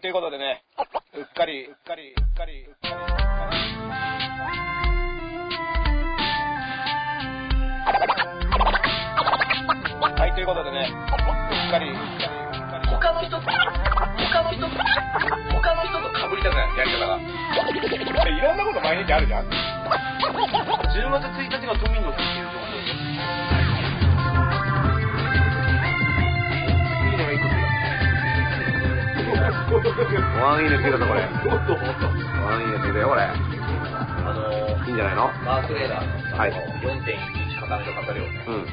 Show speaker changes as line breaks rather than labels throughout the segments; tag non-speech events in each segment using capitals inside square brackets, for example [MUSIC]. ということでね、うっかり、うっかり、うっかり、うっかり。はい、ということでね、うっかり、うっかり、うっかり。
他の人と、他の人と、他の人と被りたくない、やり方が。
いろんなこと毎日あるじゃん。
10月1日が都民の日っていう情報です。
ワンインのついたぞこれワ
おっとおっと
ンインのついたよこれ
あの
いいんじゃないの
ー、マークレーダーの、
はい
4.11固めと語るよね。
うん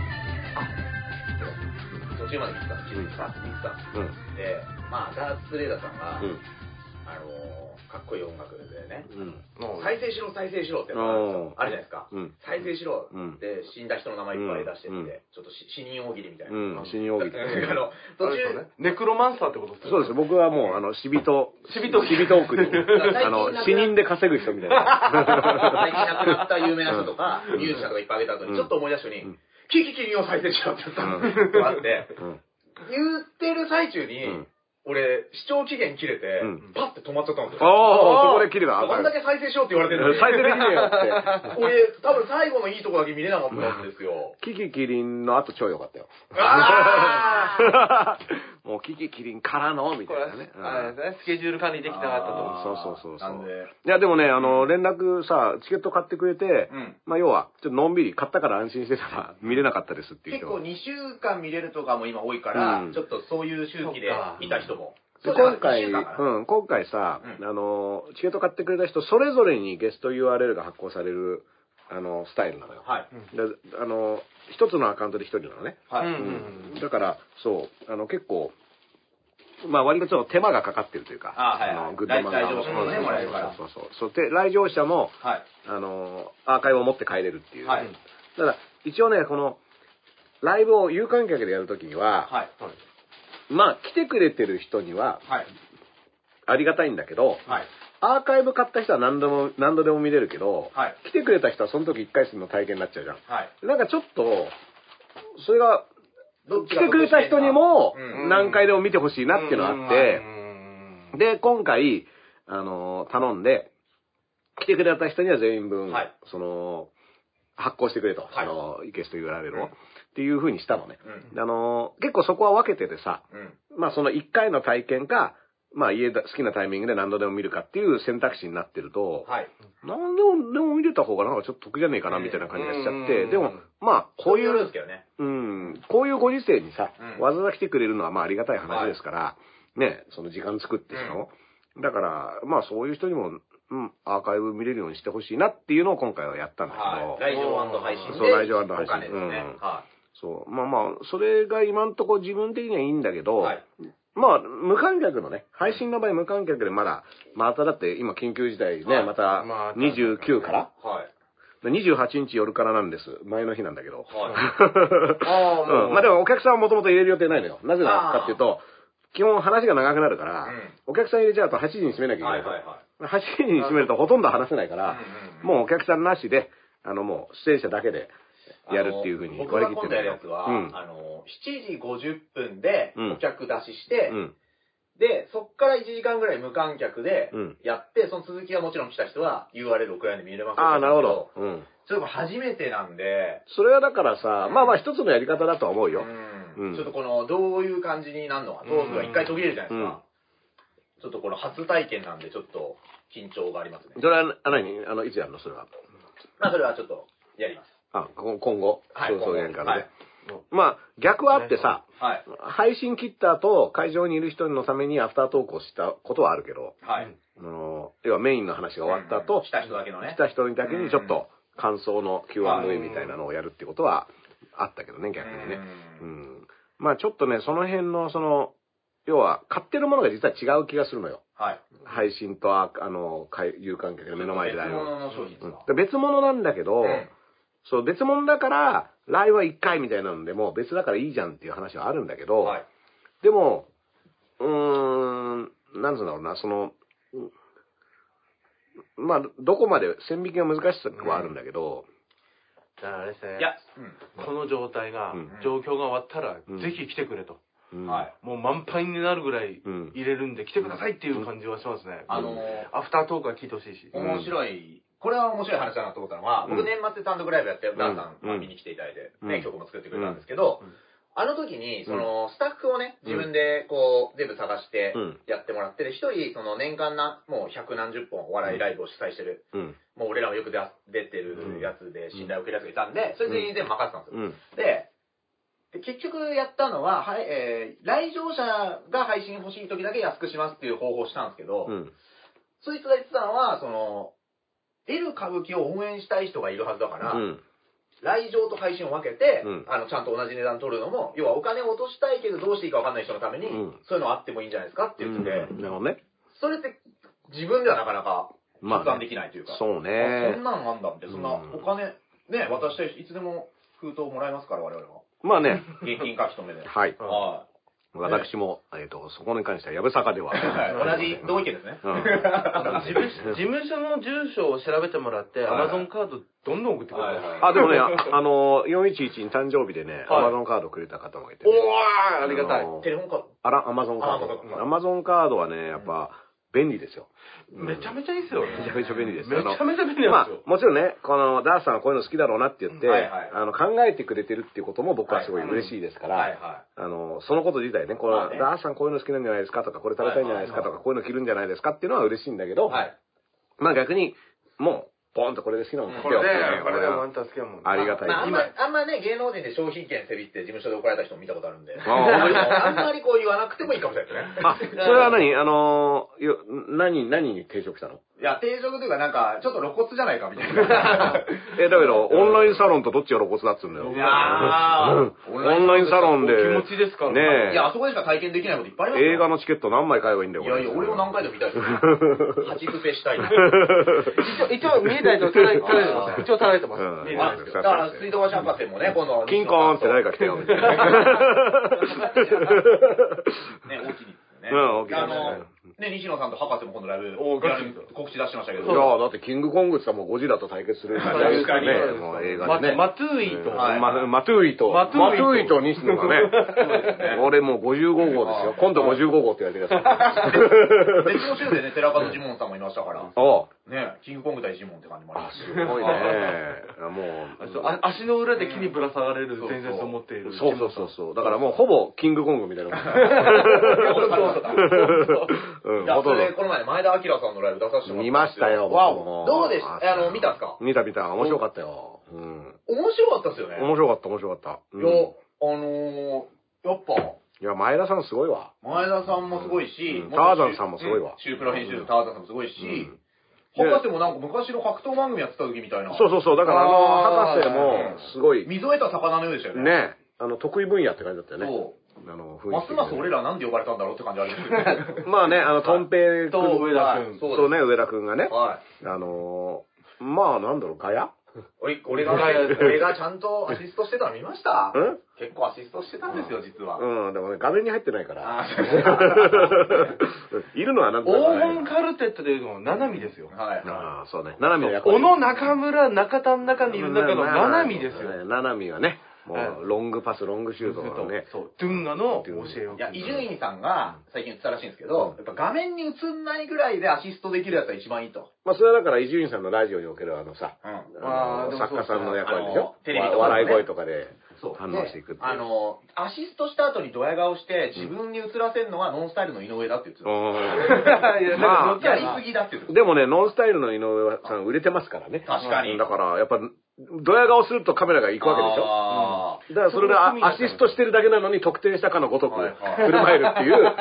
途中まで見てたの、気づいてた見てた
うん
で、まあ、ダーツレーダーさんが、
うん
あのー、かっこいい音楽でね、
うん
再生しろ、再生しろってやつがあるんですよ
うん
あ
うん
るじゃないですか。再生しろ、
うん
で、死んだ人の名前いっぱい出してって、
うん
ちょっとし死人大喜利みたいな。
うん死人大喜利
[LAUGHS] あの、
あ
途
れですよ
中
ね、、ネクロマンサーってことです
そうです僕はもうあの死人
死人
死人
[LAUGHS]
奥に
最近
あの
亡くなっ
死人で稼ぐ人みたいな
最近亡くなった有名な人とか、ミュージシャンとかいっぱいあげた後
うん
に、ちょっと思い出したように、キキキリンを再生しろって言ったのがあって、
うん
言ってる最中に、
うん
俺、視聴期限切れて、
うん
パッて止まっちゃったんですよ。
おおそこで切れた
あんだけ再生しろって言われてるのに。
最低できねえよって
俺、多分最後のいいとこだけ見れなかったんで
[LAUGHS]
すよ。
キキキリンの後超良かったよ
あー
[LAUGHS] もうキキキリンからのみた
こ
い
れ
なねうん
あれですね、スケジュール管理できなかったと。
あー
そうそうそうそ
なんで
ういやでもねあの連絡さチケット買ってくれて、
うん
まあ要はちょっとのんびり買ったから安心してたら見れなかったですっていう
結
人
構2週間見れるとかも今多いから、
うん
ちょっとそういう周期で
そっか
見た人も。
で
そうじゃ
今回、
一週間かな
うん、今回さ、
うん
あの、チケット買ってくれた人、それぞれにゲスト URL が発行される、あの、スタイルなのよ。
はい。
であの、一つのアカウントで一人なのね。
はい。
うん
だから、そう、あの、結構、まあ割とちょっと手間がかかってるというか、
あはいはい
のグッドマン
来来
そ
場
う
者もねもらえるから
そうそうそうそうで来場者も、
はい。
あの、アーカイブを持って帰れるっていう。
はい
ただ、一応ね、この、ライブを有観客でやるときには、
はい。
まあ来てくれてる人には
はい。
ありがたいんだけど、
はい。
アーカイブ買った人は何度も何度でも見れるけど、
はい
来てくれた人はその時1回するの体験になっちゃうじゃん。
はい。
なんかちょっと、それが、
どっち
来
が
てくれた人にも
うん
何回でも見てほしいなっていうのがあっ
う
て、
ん
で、今回、あのー、頼んで、来てくれた人には全員分、
はい
その、発行してくれと、
はい
あのー、いけすと言われる
うん
を、っていうふうにしたのね。
う
であのー、結構そこは分けててさ、
ん。うん。
まあその1回の体験か、まあ家だ好きなタイミングで何度でも見るかっていう選択肢になってると、
はい。
何でもでも見れた方がなんかちょっと得じゃねえかなみたいな感じがしちゃって、
うん
でも、まあ、こうい
人によるんです
う、
けどね。
うん、こういうご時世にさ、
うん
わざわざ来てくれるのはまあありがたい話ですから、ね、その時間作ってしかも、だから、まあそういう人にも、うん、アーカイブ見れるようにしてほしいなっていうのを今回はやったんだけど、
はい。来場配信で。
そう来場配信
お金ですね。
うん
は
そう、まあまあ、それが今んとこ自分的にはいいんだけど、
はい
まあ、無観客のね、配信の場合無観客でまだ、まただって今緊急事態ね、
はい
また
まあ
29から、
い。はい。
で28日夜からなんです。前の日なんだけ [LAUGHS] ど。
は
ああ、もう。
うん、まあでもお客さんはもともと入れる予定ないのよ。なぜなの
あー
かっていうと、基本話が長くなるから、
うん
お客さん入れちゃうと8時に閉めなき
い。
ゃいけ
は。
ないいの。
はい。は
8時に閉めるとほとんど話せないから、
うん
もうお客さんなしで、あのもう出演者だけで
い。
やるっていうふうに
あの僕が今
ん
度
だ
や
け
る
ど
やつは、
うん
あの、7時50分で
うん
お客出しして、
うん。
で、そっから1時間ぐらい無観客で
うん
やって、その続きはもちろん来た人は URL 送らないで見れますよ
ああ、なるほど。。うん。
ちょっと初めてなんで、
それはだからさ、まあまあ一つのやり方だとは思うよ。
うん
うん
ちょっとこの、どういう感じになるのか、トークが一回途切れるじゃないですか。ちょっとこの初体験なんで、ちょっと緊張がありますね。
それは、あ、何あの、いつやるのそれは。
まあ、それはちょっと、やります。
あ、こ今後。
はい
そうそうやるからね。
今後
まあ、逆はあってさ、
はい。
配信切った後、会場にいる人のためにアフタートークをしたことはあるけど、
はい。
あの要はメインの話が終わった後、
うん来た人だけのね
来た人にだけにちょっと感想の Q&A みたいなのをやるってことはあったけどね、逆にね。
う
うん。まあちょっとね、その辺の、その、要は、買ってるものが実は違う気がするのよ。
はい。
配信とあ、あの、会有観客の目の前でライ
別
ブを
物の商品です
うん
か。
で別物なんだけど、
うん
そう、別物だから、ライブは1回みたいなので、もう別だからいいじゃんっていう話はあるんだけど、
はい。
でも、うーん、なんつうんだろうな、その、うんまあ、どこまで線引きが難しくはあるんだけど、
だからあれですね。
いや、うん
この状態が
うん、
状況が終わったら
うん、
ぜひ来てくれと。
うん
はい。
もう満杯になるぐらい
うん
入れるんで来てくださいっていう感じはしますね。
あのー
アフタートークは聞いてほしいし。
面白い、これは面白い話だなと思ったのは、
う
僕
ん
年末で単独ライブやって、ダンさん、
うん
まあ見に来ていただいて、
う
ね
ん、
曲も作ってくれたんですけど
うん、
あの時に、その、スタッフをね、自分でこう、全部探して
うん、
やってもらって、で、一人、その年間な、もう百何十本お笑いライブを主催してる、
うん。
もう俺らもよく出出て
うん
るやつで、信頼を受けるやつがいたんで、それ全員全部任せたんですよ
う。ん。
で、で結局やったのは、はい、えー、来場者が配信欲しい時だけ安くしますっていう方法をしたんですけど、
うん。
そいつが言ってたのは、その、出る歌舞伎を応援したい人がいるはずだから、
うん。
来場と配信を分けて、
うん
あの、ちゃんと同じ値段取るのも、要はお金を落としたいけどどうしていいか分かんない人のために、
うん
そういうのあってもいいんじゃないですかって
う
言って
ん
て、
なるほどね。
それって自分ではなかなか
まあね
実感できないというか、
そう
あ
ね
そん。なんなんだって、そんな
うん
お金、ね、渡したいしいつでも封筒もらえますから、我々は。
まあね。
現金書き留めで。
はい。
うん
はい。
私も、えっと、そこに関しては、やぶさかでは。
はい同じ同意見ですね。 [LAUGHS]
うん
あの事務事
[LAUGHS]
務所の住所を調べてもらって、ア
はい
マゾンカードどんどん送ってください。
あ、でもね、ああの、411に誕生日でね、ア
はい
マゾンカードくれた方がい
[LAUGHS]
て、
お
ね。
ーありがたい。
の
テレフォンカード。
あら、アマゾンカー
あ Amazon カー
ド。
ド
アマゾンカードはね、やっぱ、便利ですよ。うん
めちゃめちゃいいっすよね。
めちゃめちゃ便利
め
です。
ちゃめちゃ便利
あの
な
まあ
んですよ、。
もちろんね、この、ダースさんはこういうの好きだろうなって言って、
はいはい
あの、考えてくれてるっていうことも僕はすごい嬉しいですから、
はいは
あの、そのこと自体ね、この、
まあね
ダースさんこういうの好きなんじゃないですかとか、これ食べたいんじゃないですかとか、こういうの着るんじゃないですかっていうのは嬉しいんだけど、
い。はい。
まあ逆に、もう、ポーンとこれで好きなもん
うん
食
こ
って
れ
よ
で
っていうね、
これで
俺は
ワンタスケやもん。
ありがたい。
まあ、あん
今
ま、あんまね、芸能人で商品券せびって事務所で怒られた人も見たことあるんで。
[LAUGHS] あ本当に
あんまりこう言わなくてもいいかもしれないですね。 [LAUGHS]
あ、それは何あのーよ、何、何に定職したの
いや、定食というかなんか、ちょっと露骨じゃないかみた
[LAUGHS]
いな。
え、だけど、オンラインサロンとどっちが露骨だっつうんだよ。
いやー
うんオンラインサロンで。
お気持ちですから
ね
いや、あそこでしか体験できないこといっぱいあります
え。映画
の。
のチケット何枚買えばいいんだよ、
いやいや、俺
[LAUGHS]
も何回でも見たいですよ。勝ち伏せしたい。
一応、見えないと垂れてます。一応垂れてます
うん。
見えてないですけど
だから、水道橋博士もね、今度。
金婚って誰
か。
か来てよ、みたいな。
ね、大きいですよね。
うん大きいですね
あの、ね、西野さんと博士も今度ライブ
おガチですよ、
告知出してましたけ
い
ど。
やーだってキングコングってさ、もうゴジラと対決する感じですから
確
ね
か、に
もう映画でね。
ママトゥーイと
うん
はい
ママトゥーイと。
マトゥーイと
マト西野がね。 [LAUGHS] 俺もう55号ですよ。今度55号って言われてください。
別の週でね、寺門ジモンさんもいましたから、
おう
ね、キングコング対ジモンって感じもあり
あ
ま、
すごいね。
[LAUGHS]
もう。
そうあ足の裏で木にぶら下がれる伝説を持っている。
そうそうそうそう。だからもうほぼキングコングみたいなもん。
[LAUGHS]
うん
いや、
ほ
そ
とん
れでこの前、前田明さんのライブ出させて
ど。
もらったんですよ。
見ましたよ、僕
わ
も
お。どうでしたあの、見たんですか
見た見た。面白かったよ。うん。
面白かったですよね。
面白かった、面白かった。うん
いや、あのー、やっぱ、
いや、前田さんすごいわ。
前田さんもすごいし
うん、
元
ターザンさんもすごいわ
シュープロ編集長のターザンさんもすごいし
うん、
博士もなんか昔の格闘番組やってた時みたいな。
そうそうそう。だからあの、
あー
博士もすごい、ね、
水を得た魚のようでしたよね。
あの、得意分野って感じだったよね。
そ
あの、
う。
雰囲
ま
気的
す
に
ます俺らなんで呼ばれたんだろうって感じありますけど
まあね、あの、トンペイ君
と上田君。
そう
そうね、上田君 [LAUGHS] がね、
はい。
あのー、まあなんだろう、ガヤ
俺、
[LAUGHS]
俺が、俺がちゃんとアシストしてたの見ました
うん
結構アシストしてたんですよ、実は。
うん、でもね、画面に入ってないから。
あーそうか
[LAUGHS] いるのはなんとなく
黄
ね
金カルテットでいうのは、ナナミですよ。
[LAUGHS] はい。
ああ、そうね。七海の役
小野中村中田の中にいる中のナナミですよ。。
七海はね、も
は
う、ロングパス、ロングシュートのね。
そう、ドゥンガの教えを。
いや、伊集院さんが最近映ったらしいんですけど、やっぱ画面に映んないぐらいでアシストできるやつが一番いいと。
まあ、それはだから、伊集院さんのラジオにおけるあのさ、
うん。
あ
あー
の
でも
作
そう
家さんの役割でし
あ
ょ
のテレビとかね
わ笑い声とかで
そう。
反応していくっ
で
ていう。
あの、アシストした後にドヤ顔して自分に映らせるのはノンスタイルの井上だって言ってた。
[LAUGHS]
う
いや、なんか乗っ
や
た
り
ら
すぎだって言って
んでもね、ノンスタイルの井上さん売れてますからね。
た。確かに。
だから、やっぱ、ドヤ顔するとカメラが行くわけでしょ
あー
だからそれであアシストしてるだけなのに得点したかのごとく
はいはい
振る舞えるっていう、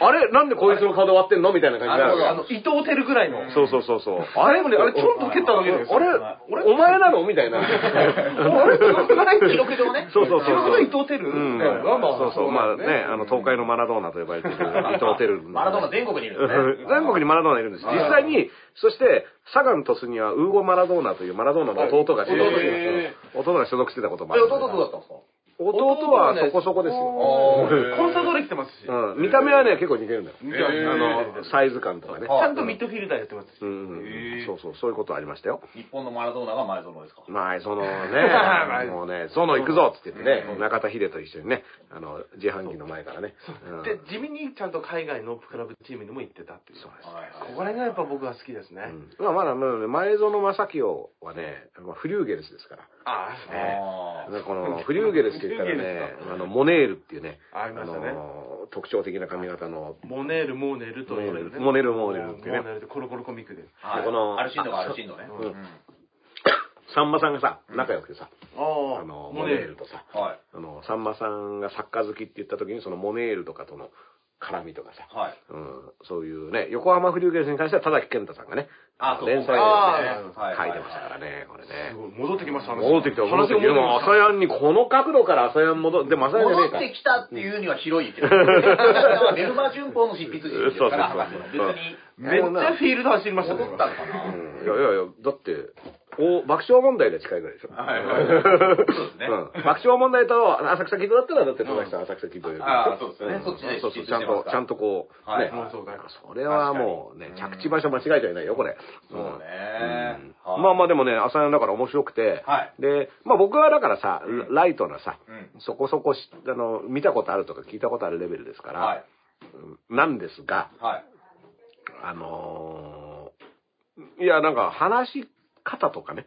あれなんでこいつの顔で割ってんのみたいな感じになる
な
あ
わ
の、
る
伊藤照ぐらいの。
けそうそうそうそう。
あれもね、あれ、ちょんと蹴っただけですよ。
あれお前なのみたいな。
記録上ね。
そうそうそう
それこ
そう。
そ伊藤照
うん。
まあまあ
そうそう。まあね、あの、東海のマラドーナと呼ばれてる伊藤テル。
マラドーナ全国にいるんですね。
全国にマラドーナいるんです。実際に、そして、サガン鳥栖にはウーゴ・マラドーナというマラドーナの弟が所属してたんですよ弟が所属してたこともあ
え、
るんで。
弟どうだったんですか
弟はそこそこですよ。
あー
コンサートで来てますし、
うん、見た目はね、結構似てるんだよ。
見た目
あの、サイズ感とかね。
ちゃんとミッドフィルダーやってますし、
うんうん
へ
う
ー
ん、そうそう、そういうことありましたよ。
日本のマラドーナが前園ですか
まあ、その
[LAUGHS] は
ね
い、
もうね、その行くぞっつってね
う、ん
中田秀と一緒にね、あの、自販機の前からね。うん
で地味にちゃんと海外のクラブチームにも行ってたっていう
そうです
ここら辺がやっぱ僕は好きですね、
うんまあ、まだ、まだね、前園正清はね、まあ、フリューゲルスですから。
ああ
ね
あー
だからこのフリューゲルスって言ったら
フリューゲ
ね
ルスか、
あの、モネールっていうね、
ありましたね
の、特徴的な髪型の、
モネールモーネルと言われるね
モネルモーネルってね
モーネルってコロコロコミックで
はい
この
アルシンドがアルシンドね
うん
うん
さんまさんがさ、仲良くてさ、
ああ
あの、モネールとさ、
はい
あの、さんまさんが作家好きって言った時に、そのモネールとかとの絡みとかさ、
はい
うん、そういうね、横浜フリューゲルスに関しては、田崎健太さんがね、
あそう
連載で、ね、
あー
書いてましたからね、これね
す。ごい戻ってきました話
戻ってきた、戻っ
話
て
が
きた。で
戻ってき
も、
ま
朝やんにこの角度から朝やん戻って、でも朝やんじゃね
戻
えか
って。きたっていうには広いけ
[LAUGHS]
ど、私はメルマ旬報の執筆人ですから、
そうそう
博士
そう
は別に
めっちゃフィールド走りましたね
戻ったのかな。
うんいやいやいや、だって、お爆笑問題で近いぐらいでしょ。
はいはいはいそうですね
うん爆笑問題と浅草キッドだったら、だって戸崎さん浅草キッドより。
ああ、そうですよね
ん。
そっちで
そうそう、ちゃんと、ちゃんとこう、
はい
ね
もうそうだよ
それはもうね、
確か
着
に
地場所間違えちゃいないよ、これ。
そうね
うん
はい
まあまあでもね、朝のだから面白くて
はい、
で、まあ僕はだからさ、ライトなさ
う、
そこそこし、あの、見たことあるとか聞いたことあるレベルですか
はい
ら、。うんなんですが、
はい。
あのーいや、なんか話し方とかね、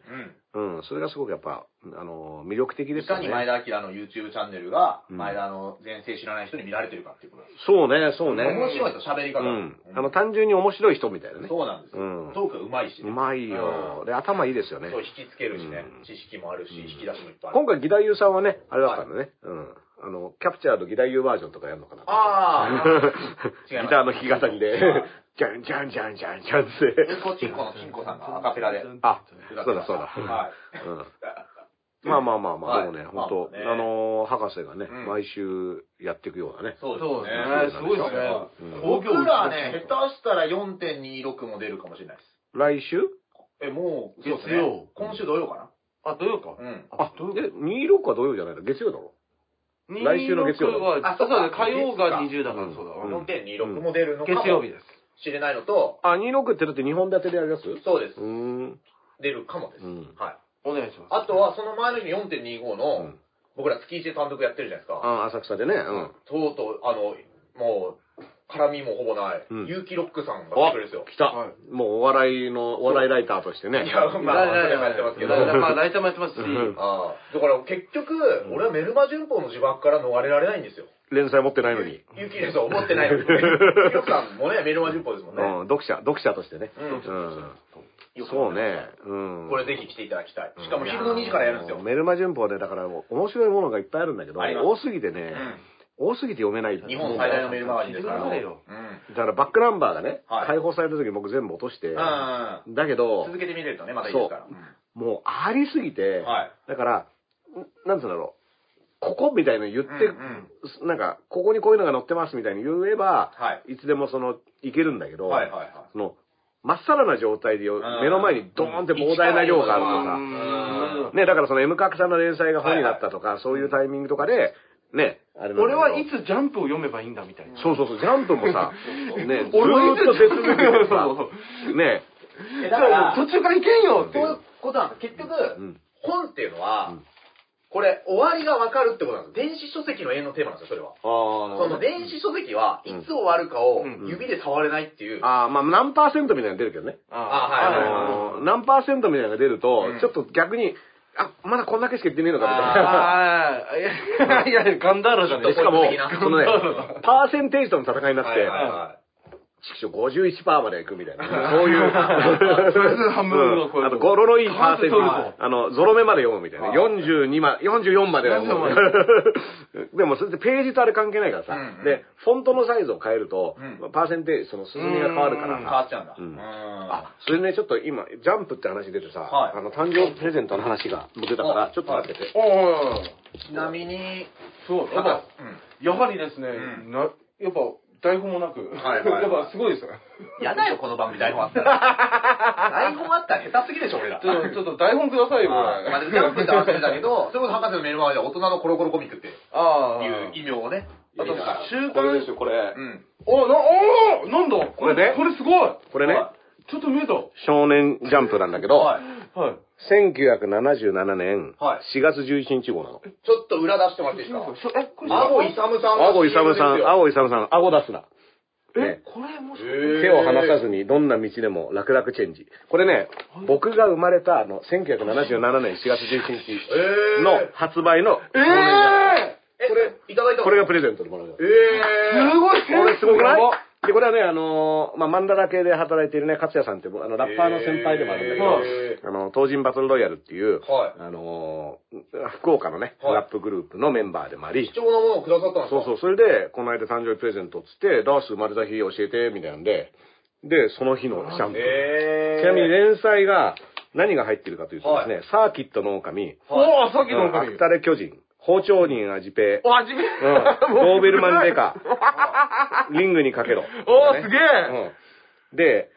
うん。
うん、それがすごくやっぱ、あのー魅力的で
い
すよ
かに前
ね。
田明の YouTube チャンネルが、
うん
前田の全世知らない人に見られてるかっていうことです。
そうね、そうね。
面白いと喋り
う
方が。
ん。あの、単純に面白い人みたいなね。
そうなんですよ
うん。
トークがうまいしね。
うまいよ。で、頭いいですよね。
そう、引きつけるしね
うん。
知識もあるし、引き出しもいっぱいある。
今回、ギダユさんはね、あれだったのね。うん。あの、キャプチャーとギダユバージョンとかやるのかな。
ああ。
[LAUGHS] ギターの弾き語りで、じゃんじゃんじゃんじゃんじゃんって。
こチンコのチンコさんがアカペラで。
あ、そうだそうだ。
はい。
うん。まあまあまあまあ、
はい
でもね、
まあ
本当、
ね
あのー博士がね、
うん
毎週やっていくようなね。
そうです
そうです
ね。
ねすごいですね
うん
工業
僕らね、下手したら4.26も出るかもしれないです。
来週
え、もう、そうですね
月曜
今週土曜か
あ土曜か
なうん。
あ土
え、
曜
26
か
は土曜じゃないの月曜だろ来週の月曜だ
26が
あ
あ
そ
そうう
か
だね火曜が20だ
う
から
ん
そうだわ
うん
4.26も出るのかも
月曜日です
知れないのと、
あ、26ってだって日本立てでやります
そうです
うー。ん。
出るかもです。
うん
はい。
お願いします
あとは、その前の日の4.25
う
の
ん、
僕ら月一で単独やってるじゃないですか。
あ、浅草でね。うん。
とうとう、あの、もう、絡みもほぼない、
うん
結城ロックさんが来て
あ
くれるんですよ。、
来た
は。
もうお笑いの、お笑いライターとしてね。
いや、まあ、
いや
そ
い
れ
や
もやってますけど。
だからまあライターもやってますし
ん
ああだから結局、俺はメルマ旬報の呪縛から逃れられないんですよ。
連載持ってないのに。
ゆきです思ってないのに。ひろさんもね、メルマ旬報ですもん
う
ね。
ん、読者、読者としてね。
うん
うん。
よく
そうね。うん。
これぜひ来ていただきたい。しかも昼の2時からやるんですよ。
メルマ旬報で、だから面白いものがいっぱいあるんだけど、
ありま
多すぎてね、
う
多すぎて読めない。
ん日本最大のメルマガジンですから。
聞
う
い
ん
てくださいよ
だからバックナンバーがね、
はい
解放された時僕全部落として、
うん。
だけど
続、けてみれるとね、またいいですから。
もうありすぎて、
はい
だから、んなんつうんだろう、ここみたいなの言って、
うん
なんか、ここにこういうのが載ってますみたいに言えば、、
はい
つでもその、いけるんだけど、
はいはいはい
その、まっさらな状態でよ、
ん
目の前にドーンって膨大な量がある
う
とさ、
ーん
ね、だからその M 角さんの連載が本になったとか、そういうタイミングとかで、ね、あれなんだけど
俺はいつジャンプを読めばいいんだみたいな
そうそうそう、ジャンプもさ、ね、ずーっ
[LAUGHS]
俺はいつ
と出続けてさ
そ、
ね、
えだから、
途中からいけんよって
そういうことなんです。結局
ん、
本っていうの
う
は
ん、
これ、終わりがわかるってことなんです。電子書籍の永遠のテーマなんですよ、それは。
あ
その電子書籍はいつ終わるかを指で触れないっていう。
あーまあ何パーセントみたいなの出るけどね。
あはい
あのー何パーセントみたいなのが出ると、
ん
ちょっと逆に、あ、まだこんだけしか言ってねえのかみたいな。
ああ、いや、いや、ガンダーラじゃね
ー
え
しかも
ちょっと、
そのね、パーセンテージとの戦いになっ
はい
て、
はいはい
ちくしょう51%までいくみ
[LAUGHS]
たいな、そういう。
それで半分の
うん
声。
あと、ゴロのいいパーセンテ
数取
ー
る
ジ。あの、ゾロ目まで読むみたいな。42ま、44まで読む。 [LAUGHS] でも、それってページとあれ関係ないからさ
うんうん。
で、フォントのサイズを変えると
う、
パーセンテージ、その、進みが変わるから
うん
変わ
さ
っ。ちゃうんだ。
うんあ、
あ
それね、ちょっと今、ジャンプって話出てさ、
はい
あの、誕生日プレゼントの話が出たから
あ、
ちょっと待ってて。
おいおいおい
ちなみに、
そう、やっぱ、やはりですね、
ん
なやっぱ、台本もなく。
はいはい
[LAUGHS] やっぱすごいですよ。
嫌だよ、この番組台本あったら。 [LAUGHS] 台本あったら下手すぎでしょ、俺ら。
ちょっとちょっと台本くださいよ、こ
はいまあ、
れ。
でジャンプって話だけど、それこそ博士のメールマガジンは大人のコロコロコミックっていう
[LAUGHS] ああ。
異名をね。
あと
入れたから、
週
これ
刊
ですよ、これ
う。ん。
お、な、おーなんだ
これね
これすごい
これね、
は
ちょっと見えた。は
少年ジャンプなんだけど、
い。
1977年
はい
4月11日号なの。
ちょっと裏出してもらっていいですか
しょえ、これ、
顎勇さんの
あごいさむ
CM
さ
です
ん、
よ
あごいさむさん、あご出すな。
え
ね、
これもし
へ
か
ー
手を離さずにどんな道でも楽々チェンジ。これね、僕が生まれたあの1977年4月11日
えー、
の発売の、
ええ
え、これ、いただいた
これがプレゼントでもらうよ
え
ー
ー、
すごい
これすごくない
やば
で、これはね、あのーまあ、マンダラ系で働いているね、勝也さんって、あの、ラッパーの先輩でもあるんだけど、
え
あの、東人バトルロイヤルっていう、
はい
あのー福岡のね、
はい
ラップグループのメンバーでもあり
貴、重なものをくださったんです
そ
か
うそう、それで、この間誕生日プレゼントっつって、ダース生まれた日教えて、みたいなんで、で、その日のシャンプー。
えー、
ちなみに連載が、何が入ってるかというとですね、サーキットの狼、
はい
おーさっきの
アクタレ巨人、包丁人アジペ、
お、味見 [LAUGHS]
うん、ドーベルマンデカ、リングにかけろ。
おー、すげえ
うん。で、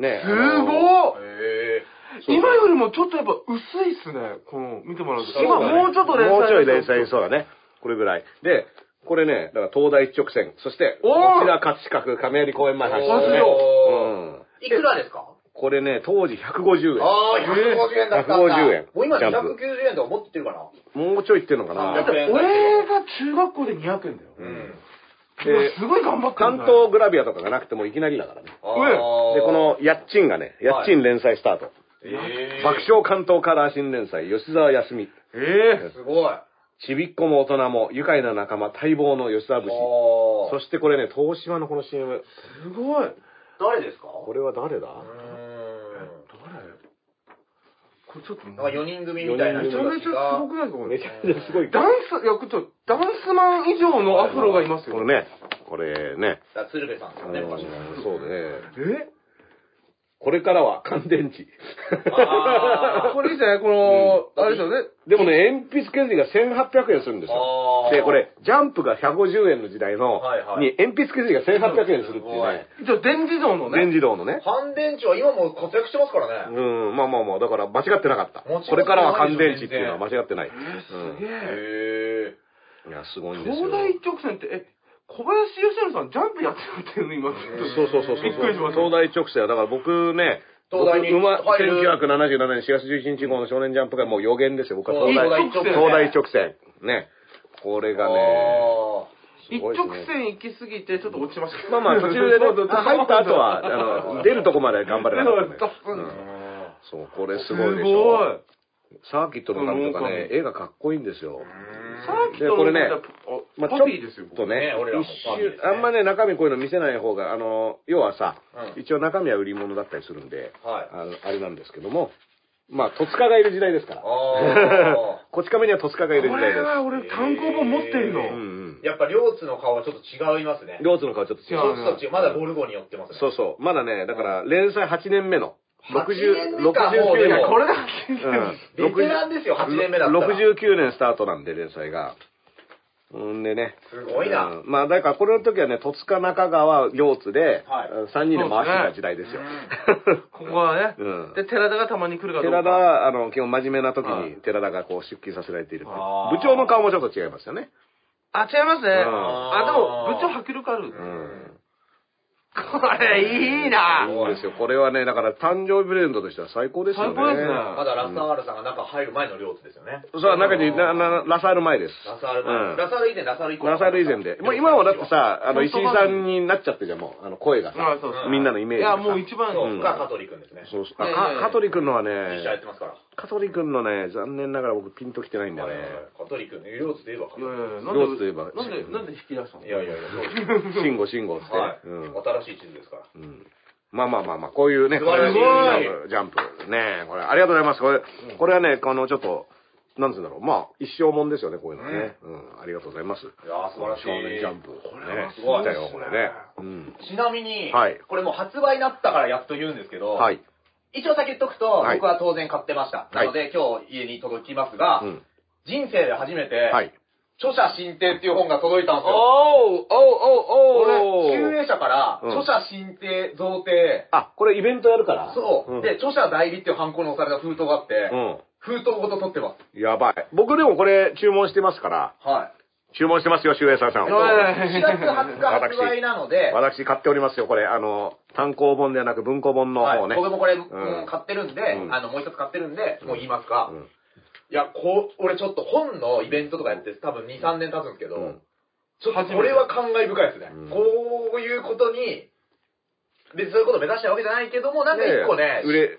ね、
す
あの
ごい
え
そう
今よりもちょっとやっぱ薄いっすね。この、見てもらうと。
そうだ
今
ね
もうちょっと連載。
もうちょい連載、そうだね。これぐらい。で、これね、だから東大一直線、そして、こ
おー
ちら葛飾区亀有公園前阪
お
神
ー
ね。うん。
ー、いくらですか
これね、当時150円。
あー、150円だったんだ。
150円
もう今
ジャ
290
ンプ
円とか持ってるかな
もうちょいいってんのか
だっ
な。
て
100円
俺が中学校で200円だよ。
うん。
で
で、
すごい頑張ったん
関
だよ。
東グラビアとかがなくてもいきなりだからね。
あ
うん
ー
で、こ、の、やっちんがね、やっちん連載スタート。
えー、
爆笑関東カラー新連載、吉沢康美。
ええ
すごい。あ
ちびっ子も大人も、愉快な仲間、待望の吉沢節。
ー
そしてこれね、東芝のこの CM。
すごい。
誰ですか
これは誰だ
うー
誰これちょっと、
ん。なんか4人組みたいな
めち
人
ゃめ
たち
ちゃす
が
ご。くないですかこ
め
れ
ち。ゃめちゃすごい。
ダンス、いや、ちょっと、ダンスマン以上のアフロがいますよ。
これ。ね、これね、
だから鶴瓶さんですよね、昔の。
そうね。
え
これからは乾電池。
あー
これいいじ
[LAUGHS]
ゃないこの、あれですよね。
でもね、鉛筆削りが1800円するんですよ。
あー
で、これ、ジャンプが150円の時代の、
はいはい
に鉛筆削りが1800円するっていうね、
一応、電自動のね。
全自動のね。
乾電池は今も活躍してますからね。
うん、まあまあまあ、だから間違ってなかった。
間違ってない
これからは乾電池っていうのは間違ってない。
すげえ。
へ
うん、いや、すごいんですよ。
東大一直線って、え、小林義成さんジャンプやってるっていうの今、
そうそうそうそう。
びっくりしました
東大直線は、だから僕ね、
東大に
僕ま
入
1977
る
年4月11日号の少年ジャンプがもう予言ですよ。僕は
東
東大、
大
大
一
一
直線。
直線
東大直線。ね。これがね、す
一
ごいです
直
ね。
線行き過ぎて、ちょっと落ちました。
まあまあ、途中でね、入った後は、あの、出るとこまで頑張れなかったね。
そう
う
だ
ん
あ
そう、これ
す
す
ご
ごい
い
でしょ。サーキットの神とかね、
うん
絵がかっこいいんですよ。
さっき
で
と
これね
あ
まあ
パピーですよ、
とね
ね俺らも
一
パン
周
ですね
あんまね、中身こういうの見せない方が、あの、要はさ、
うん
一応中身は売り物だったりするんで、
ーはい。
あのあれなんですけども、まあ、戸塚がいる時代ですから。
あ
[LAUGHS] こち亀には戸塚がい
こ
る時代
れ
で
は俺、単行本持ってるの
え。
す。
ー
うんう
うん
ん
ー。やっぱ両津の顔はちょっと違いますね。
両津の顔ちょっと違
違
う。
う
両津と違う。まだボルゴに寄ってますね。
そうそう。まだね、だから、連載8年目の。
8年目かもう
い
で
や、
も
これだ
う
ベテランですよ、8年目だったら。
69年スタートなんで、連載が。うんでね。
すごいな
うんまあ、だからこれの時はね、戸塚中川両津で、
はい
3人で回してた時代ですよ。
ここはね。
うん
で、寺田がたまに来るかどう
寺
か。
田は、あの、基本真面目な時
はい
に寺田がこう出勤させられているっていう
あー
部長の顔もちょっと違いますよね。
あ、違いますね。
ん
あ、でも、部長迫力ある。
うん。
これ、いいな
そうですよ。これはね、だから誕生日プレゼントとしては最高ですよね。
最高ですね
まだラサールさんが中入る前の両津ですよね。
そう、中に、な、な、ラサール前です。
ラサール前、
うん
ラサール以前、ラサール以降。
ラサール以前で。もう今はだってさ、あの、
本
石井
当
さんになっちゃってじゃん、もう、あの、声が
あ
さ、
そうそう
みんなのイメージ
い
が
や、
さ。
もう一番、
そう、
ん
が香取君ですね。
そうそう。あ
いやいや
か、
いや
香取くんのは
一緒やっ
ね
て、ますから。
香取くんのね、残念ながら僕ピンときてないんだよね。
香取君、両津で言えば香
いや
取
いやいやなん
ロースといえば
で、なんで、なんで引き出したの
いやいやいや、そうで
[LAUGHS]
す
慎吾慎吾っつって。
はい、
うん
新しい地図ですから。
うんまあまあまあまあ、こういうね、ジ
すごい
ャンプ、ジャンプ。ねこれ、ありがとうございます。これ、これはね、あの、ちょっと、なんつうんだろう。まあ、一生もんですよね、こういうのはね。うん、ありがとうございます。
いやー素晴らしい
少年ジャンプ。これね、
すごい
来たよ、これね。うん。
ちなみに、
はい
これもう発売になったからやっと言うんですけど、
はい。
一応先言っとくと、
はい
僕は当然買ってました。
はい
なので今日家に届きますが、
うん。
人生で初めて、
はい。
著者進呈っていう本が届いたんですよ。
おーおー
こ
お
れ、
ーお
集
ー
英社から、
うん
著者進呈、贈呈、
あ、これイベントやるから
そう、
ん
で、著者代理っていうハンコの押された封筒があって、封筒ごと取って
う
ま
ん。やばい。僕でもこれ注文してますから、
す。はい。
注文してますよ、秀平さんさん。
4月20日発売なので、
私買っておりますよ、これ。あの、単行本ではなく文庫本の
はい
方ね。
僕もこれ、
ん
うん買ってるんで、
うん
あの、もう一つ買ってるんで、もう言いますか。
うん
いや、こう、俺ちょっと本のイベントとかやって多分2、3年経つんですけど、
うん
ちょっとこれは感慨深いですね。
うん
こういうことに、別にそういうことを目指したわけじゃないけども、なんか一個ね、
売れ、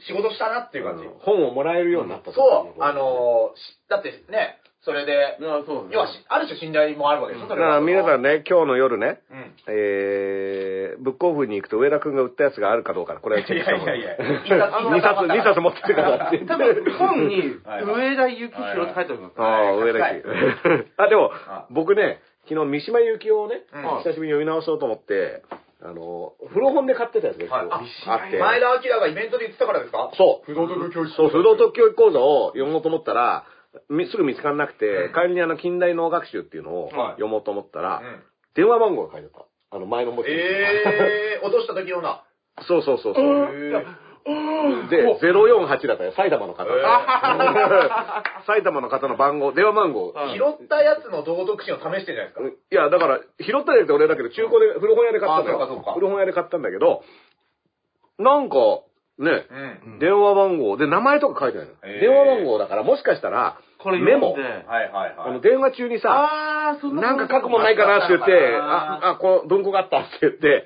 仕事したなっていう感じ。
本をもらえるようになった
そう、あ、のーしだってね、それで、
あそう
要はし、ある種信頼もあるわけでしょ、そ
だ
れ
か
は。
ら皆さん
ね、
ね、今日の夜ね、
うん。
えー、ブックオフに行くと上田くんが売ったやつがあるかどうか、これはチェックした方がい
い
い
やいやいや印刷
2冊、二冊持ってきてくださいって。
多分本に
[LAUGHS]
はい
上田幸宏って書いてあるのか
ああ、上田駅。 [LAUGHS] あ、でも
あ、
僕ね、昨日三島由紀夫をね、
うん
久しぶりに読み直そうと思って、あの、古本で買ってたやつです
はいあ
あって。
前田明がイベントで言ってたからですか
そう。
不動徳教室
そう、不道徳教育講座を読もうと思ったら、みすぐ見つからなくて、
ん
帰りにあの、近代能学習っていうのを
はい
読もうと思ったら、
うん
電話番号が書いてあった。あの、前の持ち主の
ええー、落とした時のな。
[LAUGHS] そうそうそうそう。
えー
で、048だったよ、埼玉の方。
え
[LAUGHS] 埼玉の方の番号、電話番号。
な。
拾ったやつの道徳心を試してんじゃないですか。
いや、だから、拾ったやつ俺だけど、中古で、古本屋で買ったんだ
あそうかそう
よ
か。
古本屋で買ったんだけど、なんか、ね、
うん。
うん
電話番号で名前とか書いてないの。
へー
電話番号だから、もしかしたら、
これ
メ
読ん
モ
で。、
はいはい
あ
は
の、
い。
電話中にさ、
ああ、そんな
なん
こと
か書くもんないかなって言って
あっ、たのかな
あ、あ、この文庫があったって言って、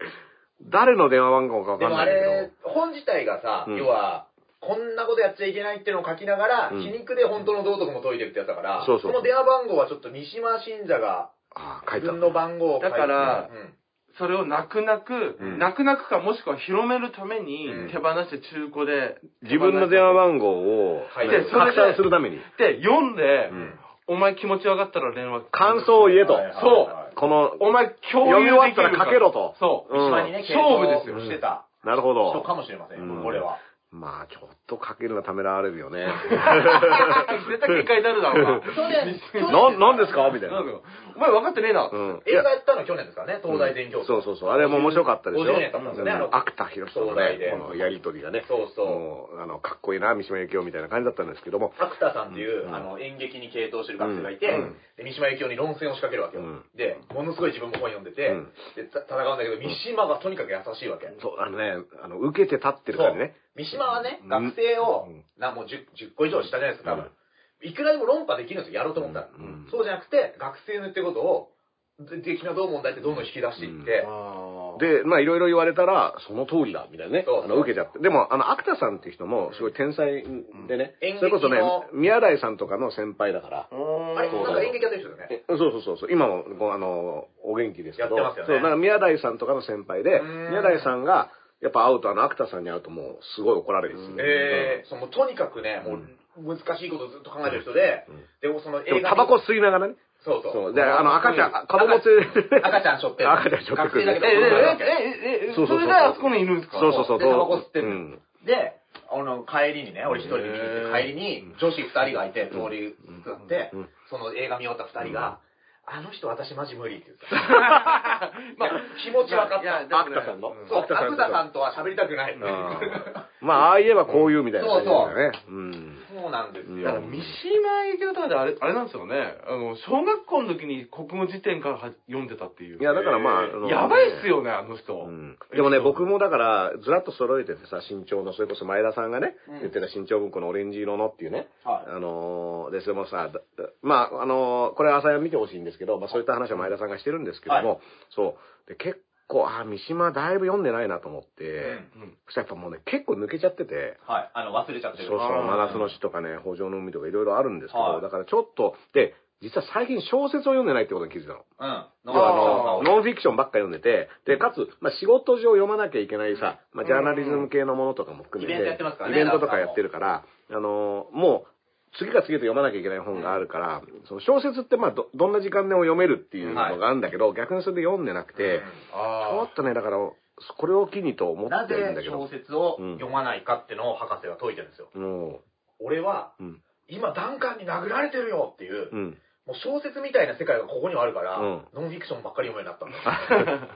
誰の電話番号かわ
で
かん
も
な
あ
いんだ
れ、本自体がさ、
うん
要は、こんなことやっちゃいけないっていうのを書きながら、
うん
皮肉で本当の道徳も解いてるってやつだから、
そうそう
の電話番号はちょっと三島信者が
あ書い
自
てあっ
分の番号を書いて
だから
うん
それを泣く泣く、
うん
泣く泣くかもしくは広めるために
うん
手放して中古で。
た。自分の電話番号を
はい
でそれ
拡
で
散するために、
で、読んで、
うん
お前気持ち分かったら連絡。
感想を言えと
はいはいはい。はい
この、
お前共
読み
有
終わ
で
っ
き
た
る
ら
か
書けろと。
そう
三島にね、
うん勝負ですよ
傾倒してた
なるほ
人か
ど。
もしれません、
うん
これは。
まあ、ちょっと書けるのはためらわれるよ
[LAUGHS]
ね。
絶対喧嘩になるだろう
去年、去年
な、なんです [LAUGHS] かみたい
な。な
な。
んだよお前分かってねえな。
うん。い
映
や
画やったの去年ですからね、東大全教室。
そうそうそう。あれも面白かったでしょ。
50年経ったんですよねあの
芥田博の
壮大で
ね、このやりとりがね。
そうそう
もうあの、かっこいいな、三島由紀夫みたいな感じだったんですけども。
角田さんっていう、
うん
あの演劇に傾倒してる学生がいて、
うん
で三島由紀夫に論戦を仕掛けるわけよ、
うん
でものすごい自分も本読んでて、
うん
でた戦うんだけど三島がとにかく優しいわけ、
そう、あのね、あの、受けて立ってる
そ
か
う
らね。
三島はね
うん
学生を、
うん
なもう 10, 10個以上したじゃないですか多分、いくらでも論破できるんですよやろうと思ったら、
うんうん
そうじゃなくて学生の言ってることをでで君はどう問題ってどんどん引き出していって、
で、まあいろいろ言われたら、その通りだ、みたいなね。
そうそう
あの受けちゃって。でも、あの、芥田さんっていう人も、すごい天才でね。
うん
それこそね
演劇の、
宮台さんとかの先輩だから。
あれ
あ
なんか演劇やってる人だよね
えそうそうそうそう。今もご、あの、お元気ですけど。
やってますよね
そう、だから宮台さんとかの先輩で、
うん
宮台さんが、やっぱ会うと、あの、芥田さんに会うともう、すごい怒られるんですよね。
えー、そのとにかくね、もう難しいことをずっと考えてる人で、でもその
でも
映画に
タバコ吸いながらね。
そうそう。
そう。で、あの、赤ちゃん、あカボ持ち。
赤ちゃん背負ってる
赤ちゃん背負ってくる
学生だけ
え、
ど
え、え、え、え、
そうそうそう
それであそこにいるんですか
そうそうそう。
でタバコ吸ってる
うん
で、あの、帰りにね、俺一人で見に行って、帰りに女子二人がいて、通り作って
うん、
その映画見終わった二人が、あの人私マジ無理って言って
[LAUGHS]
た。まあ、気
う
持ち分かっ
いやいや
た。
でもね
アクタさんの
う
そう、
アクタさん
角田さんとは喋りたくない。
うんまあ、ああ言えばこういうみたいな感じだよね。うん。
そうなんです
うん
だから
よ。
三島由紀夫とかであれ、あれなんですよね。あの、小学校の時に国語辞典からは読んでたっていう。
いや、だからまあ、あの
やばいっすよね、あの人。
うんでもね、僕もだから、ずらっと揃えててさ、身長の、それこそ前田さんがね、言ってた身長文庫のオレンジ色のっていうね、
はい
あのーで、それもさ、だだまあ、あのーこれ朝や見てほしいんですけど、まあそういった話は前田さんがしてるんですけども、
は
そう、で結構、あー、三島だいぶ読んでないなと思って、
うん
うん。
そしたらやっぱもうね、結構抜けちゃってて、
はい。あの、忘れちゃって
そうそ
る。
う、
あー
真夏の死とかね、北条の海とかいろいろあるんですけど、
はい
だからちょっと、で、実は最近小説を読んでないってことに気づいたの。
うん。あ
要はあの、
の、
ノンフィクションばっか読んでて、で、かつ、まあ、仕事上読まなきゃいけないさ、まあ、ジャーナリズム系のものとかも含めて、
イベントやってますからね
イベントとかやってるから、あのー、もう、次が次へと読まなきゃいけない本があるから、その小説ってまあど、どんな時間でも読めるっていうのがあるんだけど、逆にそれで読んでなくて、ちょ
あ
っとね、だから、これを機にと思
な
ってるん
ぜ
だけ
小
ど、
説を読まないかってのを博士は解いてるんですよ。
も
俺は、
う、うん、
今、ダンカンに殴られてるよってい
[LAUGHS]
う、
うん、
もう小説みたいな世界がここにはあるから、
うん
ノンフィクションばっかり読
[LAUGHS]
むようになったんだ。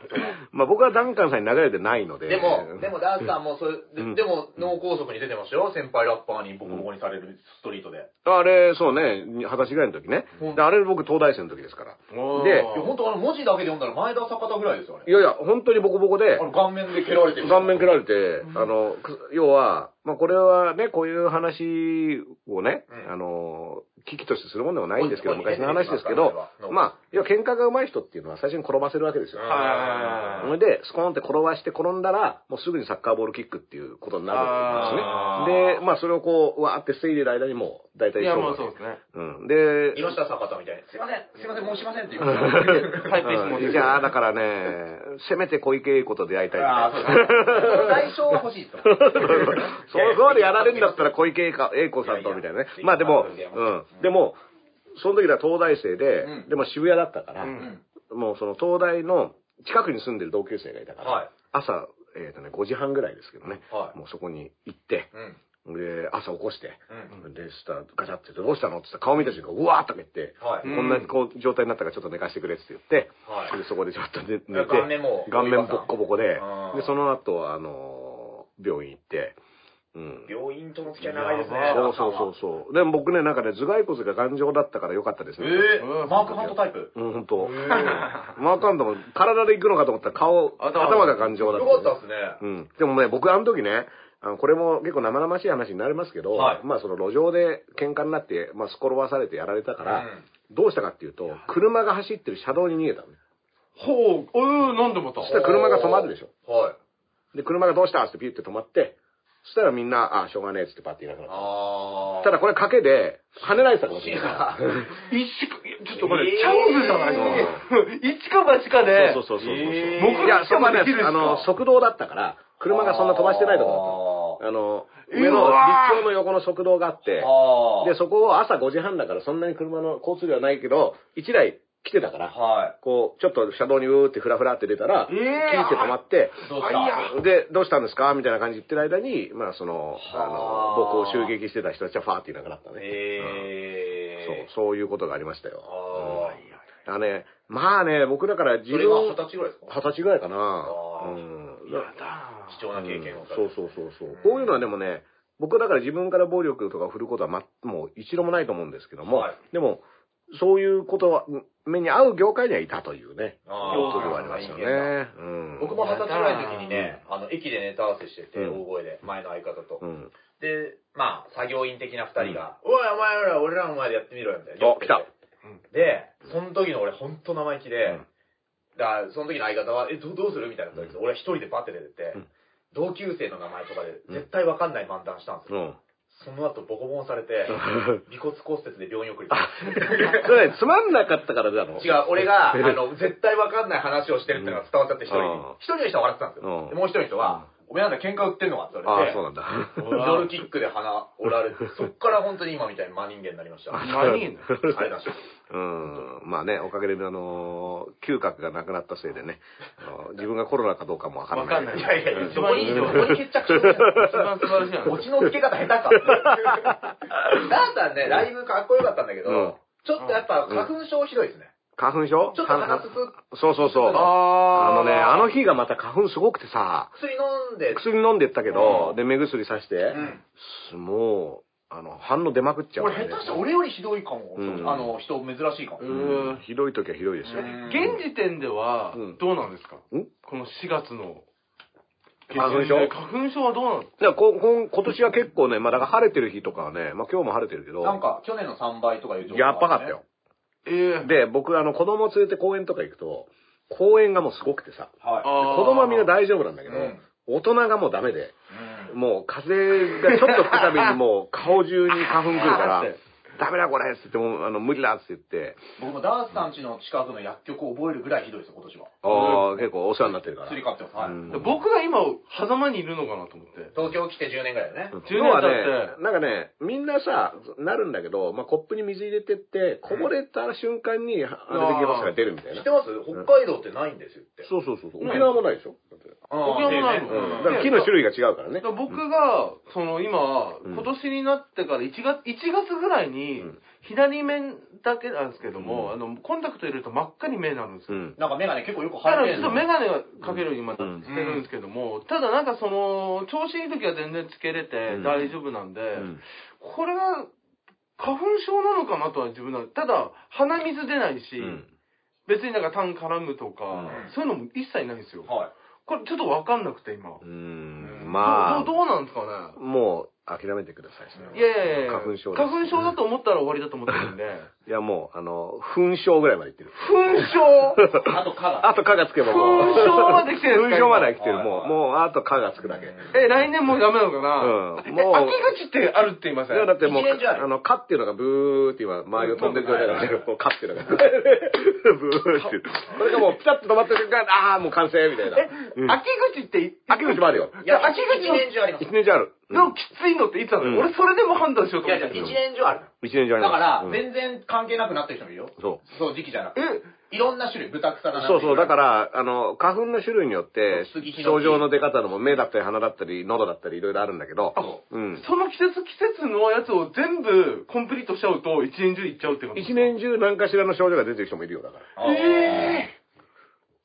まあ僕はダンカンさんに流れてないので。
で [LAUGHS] も、でもダースさんもそれ、で
うん
でも脳梗塞に出てましたよ。先輩ラッパーにボコボコにされるストリートで。
あれ、そうね、二十歳ぐらいの時ね。
うん
であれ僕、東大生の時ですから。
おー
で
いや、本当あの文字だけで読んだら前田坂田ぐらいですよね
い。やいや、本当にボコボコで
あ、の顔面で蹴られてる。
顔面蹴られて、あの、く要は、まあこれはね、こういう話をね、
うん
あの、危機としてするもんでもないんですけど、
ここに
昔の話ですけど
ここ、に
まあ、要は喧嘩が上手い人っていうのは最初に転ばせるわけですよ。
は
それで、スコーンって転ばして転んだら、もうすぐにサッカーボールキックっていうことにな
あ
るんですね。で、まあそれをこう、うわーって防いでる間にもう、大体
いや、まあ
勝負
そうですね。
うん。で、
いました、坂田みたいに。すいません、すいません、もうしませんっ
[LAUGHS]
て言う。
タイプも
いやーだからね、せめて小池栄子と出会いたいみたい
あ
な
あ、
[LAUGHS]
そうですね。代償は欲しいですもん
そのそこまでやられるんだったら小池栄子栄子さんとみたいなね
いやいや
まあでも、
いやいや
うん。でも、その時は東大生で、
うん
でも渋谷だったから、
うん
もうその東大の近くに住んでる同級生がいたから、
はい
朝、えっ、とね、5時半ぐらいですけどね、
はい
もうそこに行って、
うん。
で、朝起こして、
う
で、したらガチャって言って、どうしたのって言ったら顔見た瞬間、うわーっとか言って、
はい
こんなこう状態になったからちょっと寝かしてくれって言って、
はい
でそこでちょっと寝て、
顔面もう
顔面ボッコボコで
うん、
で、その後は、あのー病院行って、うん。
病院との付き合い長いですね。
そうそうそうそう。でも僕ね、なんかね、頭蓋骨が頑丈だったから良かったですね。
え
う
ー、
ん
マークハントタイプ。
うん、ほんと。うんマーカンドも体で行くのかと思ったら顔、
頭
頭が頑丈だ
よ
った、
かったですね。
うん。でもね、僕あの時ね、あのこれも結構生々しい話になりますけど、
はい
まあその路上で喧嘩になって、まあすころばされてやられたから、どうしたかっていうと、車が走ってる車道に逃げたのね。
ほう、おう、なんでまた
そしたら車が止まるでしょ。
ょ。はい。
で、車がどうしたってピュって止まって、そしたらみんな、あ、しょうがねえっつってパッていなくなった。
あー。
ただこれ賭けで、跳ねられてたかもしれないから。
一しか、いやちょっとこれ、
えー
チャンスじゃないですか。一か八かで、
そうそうそうそうそう。
えー
僕いや、そこはね
目撃者もできるんす、か
あの、側道だったから、車がそんな飛ばしてないとこだったの。あの、上の
うわー
立教の横の側道があって、
あー。
で、そこを朝5時半だからそんなに車の交通量はないけど、1台来てたから、
は
こう、ちょっと車道にうーってフラフラって出たら、
え
キ
ー
ーって止まって、
い。どうした
あいや
で、どうしたんですかみたいな感じで言ってる間に、まあ、その、あ
は
の、
あ
僕を襲撃してた人たちはファーっていなくなったね。
え
そう
ー。、
そういうことがありましたよ。
あー。
あね、まあね、僕だから自
それは二
分
十、歳ぐらいですか
二十歳ぐらいかな
あ。
う
ー
ん。
やだ
貴重な経験をさ
そ
れ
う
て
そうそうそう。こういうのはでもね、僕だから自分から暴力とか振ることは、ま、もう一度もないと思うんですけども、
はい
でも、そういうことは、目に合う業界にはいたというね、
あー
ことではありましたよね。うん。
僕も二十歳ぐらいの時にね、あの、駅でネタ合わせしてて、
うん
大声で、前の相方と
う。ん。
で、まあ、作業員的な二人が、おい、お前ら、俺らの前でやってみろよ、みたいな。
お来た
で、その時の俺、ほんと生意気で、
うん
だから、その時の相方は、え、どどうするみたいなこと言って、俺は一人でバッて出てって、
うん
同級生の名前とかで、絶対わかんない漫談したんです
う
よ。
ん。
その後、ボコボコにされて、尾骨骨折で病院送りに行っ
あ
た、
それねつまんなかったからだろ。
違う、俺が、あの、絶対わかんない話をしてるってのが伝わっちゃって、一人に
うん。
一人の人は笑ってたんです
うん
よ。でもう一人の人は、お前なんだ喧嘩売ってんのかって言わ
ああ、
れて
そう、なんだ。
ドルキックで鼻折られて、そっから本当に今みたいに真人間になりました。あ
何人
れだし。
[LAUGHS] うん。まあね、おかげで、あのー、嗅覚がなくなったせいでね、あのー自分がコロナかどうかもわから
わ
な
か
い。
んない。
いやいや、
一
そこ
番
に、
いい
そ
よ。
こに決着してる
一番素晴らしいやん。
落ちのつけ方下手か。ダーさんね、ライブかっこよかったんだけど、
うん
ちょっとやっぱ花粉症ひどいですね。
花粉症
ちょっと鼻つつ、
そうそうそう。あの
あ
ね、あの
人、
日がまた花粉すごくてさ、
薬飲んで、
薬飲んでったけど、で、目薬さして、
うん
もう、あの、反応出まくっちゃう
こ
か
れ
らね、
下手したら俺よりひどいかも。
うん
あの人珍しいかも。
う
うんん。
ひどい時はひどいですよ。
うん
現時点では
うん、
どうなんですか
ん
この4月の。
花粉症
花粉症はどうなんです
だからここん今年は結構ね、まあ、だから晴れてる日とかはね、まあ、今日も晴れてるけど、
なんか去年の3倍とかいう状況、
やっぱかったよ。。
ええ。
で、僕、あの、子供連れて公園とか行くと、公園がもうすごくてさ、
はい。
あー
子供はみんな大丈夫なんだけど、
うん
大人がもうダメで、
うん
もう風がちょっと吹くたびにもう顔中に花粉くるから
あーって、
ダメだこれっつって、もうあの無理だっつって言って、
僕もダースさん家の近くの薬局を覚えるぐらいひどいですよ、今年は。
ああ、結構お世話になってるから。
釣り買ってます。はい。
うん
僕が今、狭間にいるのかなと思って。
東京来て10年ぐらいだよね。
10
要は
年経
ね
っ、
なんかね、みんなさ、なるんだけど、まあ、コップに水入れてって、こぼれた瞬間に、アレルギー発作が出るみたい
知っ
な
て。ます北海道ってないんですよって。
そうそうそうそう。沖縄もないでしょだって
僕はもうない
うん
の。
だから木の種類が違うからね
だか。ら僕が、その今、
うん
今年になってから1月、1月ぐらいに
うん、
左面だけなんですけど
う
も、
ん
あの、コンタクト入れると真っ赤に目になるんです
う
よ。
ん。
なんかメガネ結構よく
だか
生え
ら
てる
ちょっとメガネがかけるように今してるんですけども、ただなんかその、調子いい時は全然つけれて
うん
大丈夫なんで、
うん
これが、花粉症なのかなとは自分なただ、鼻水出ないし、
うん
別になんか痰絡むとか、
うん
そういうのも一切ないんですよ。
はい。
これちょっとわかんなくて今。
うん。ま
どうどうなんですかね
あ、もう諦めてください。それはい
やいやいや
花粉症です
花粉症だと思ったら終わりだと思ってるんで。
いや、もう、あの、粉症ぐらいまでいってる。
粉症
あと、かが。
あと、蚊がつけばもう。
粉症まで来てるんです
粉
か
症まで来てる。
はい
も
は
う、
い
もう、あと蚊がつくだけ。
[LAUGHS] え、来年もうダメなのかな
うんもう
え秋口ってあるって言いません
いや、だってもう、
一年中ある
あの、蚊っていうのがブーって今、周りを飛んでる状態だから、こう蚊っていうのが、ブ [LAUGHS] ーって。これがもう、ピタッと止まった瞬間、あー、もう完成みたいな。うん
秋口ってい、
秋口もあるよ。
いや、秋
秋口
口一年中あります
一。年中ある。うん
のきついのっていつなの、
うん
俺それでも判断しよう
い
と思
や
っ
い
て
や、一
るんですよ。
年中ある。
一年中あり
だ
ま
か
す
ら
う、ん
全然関係なくなってる人もいるよ。
そう。
そう、時期じゃなくて。
え、
いろんな種類、豚草だな。
そうそう、だから、あの、花粉の種類によって
そう杉ヒ、ノ
症
キ
状の出方のも目だったり鼻だったり喉だったりいろいろあるんだけど、うん。
その季節季節のやつを全部コンプリートしちゃうと一年中いっちゃうってこと
一年中何かしらの症状が出てる人もいるよ、だから。
あー。
え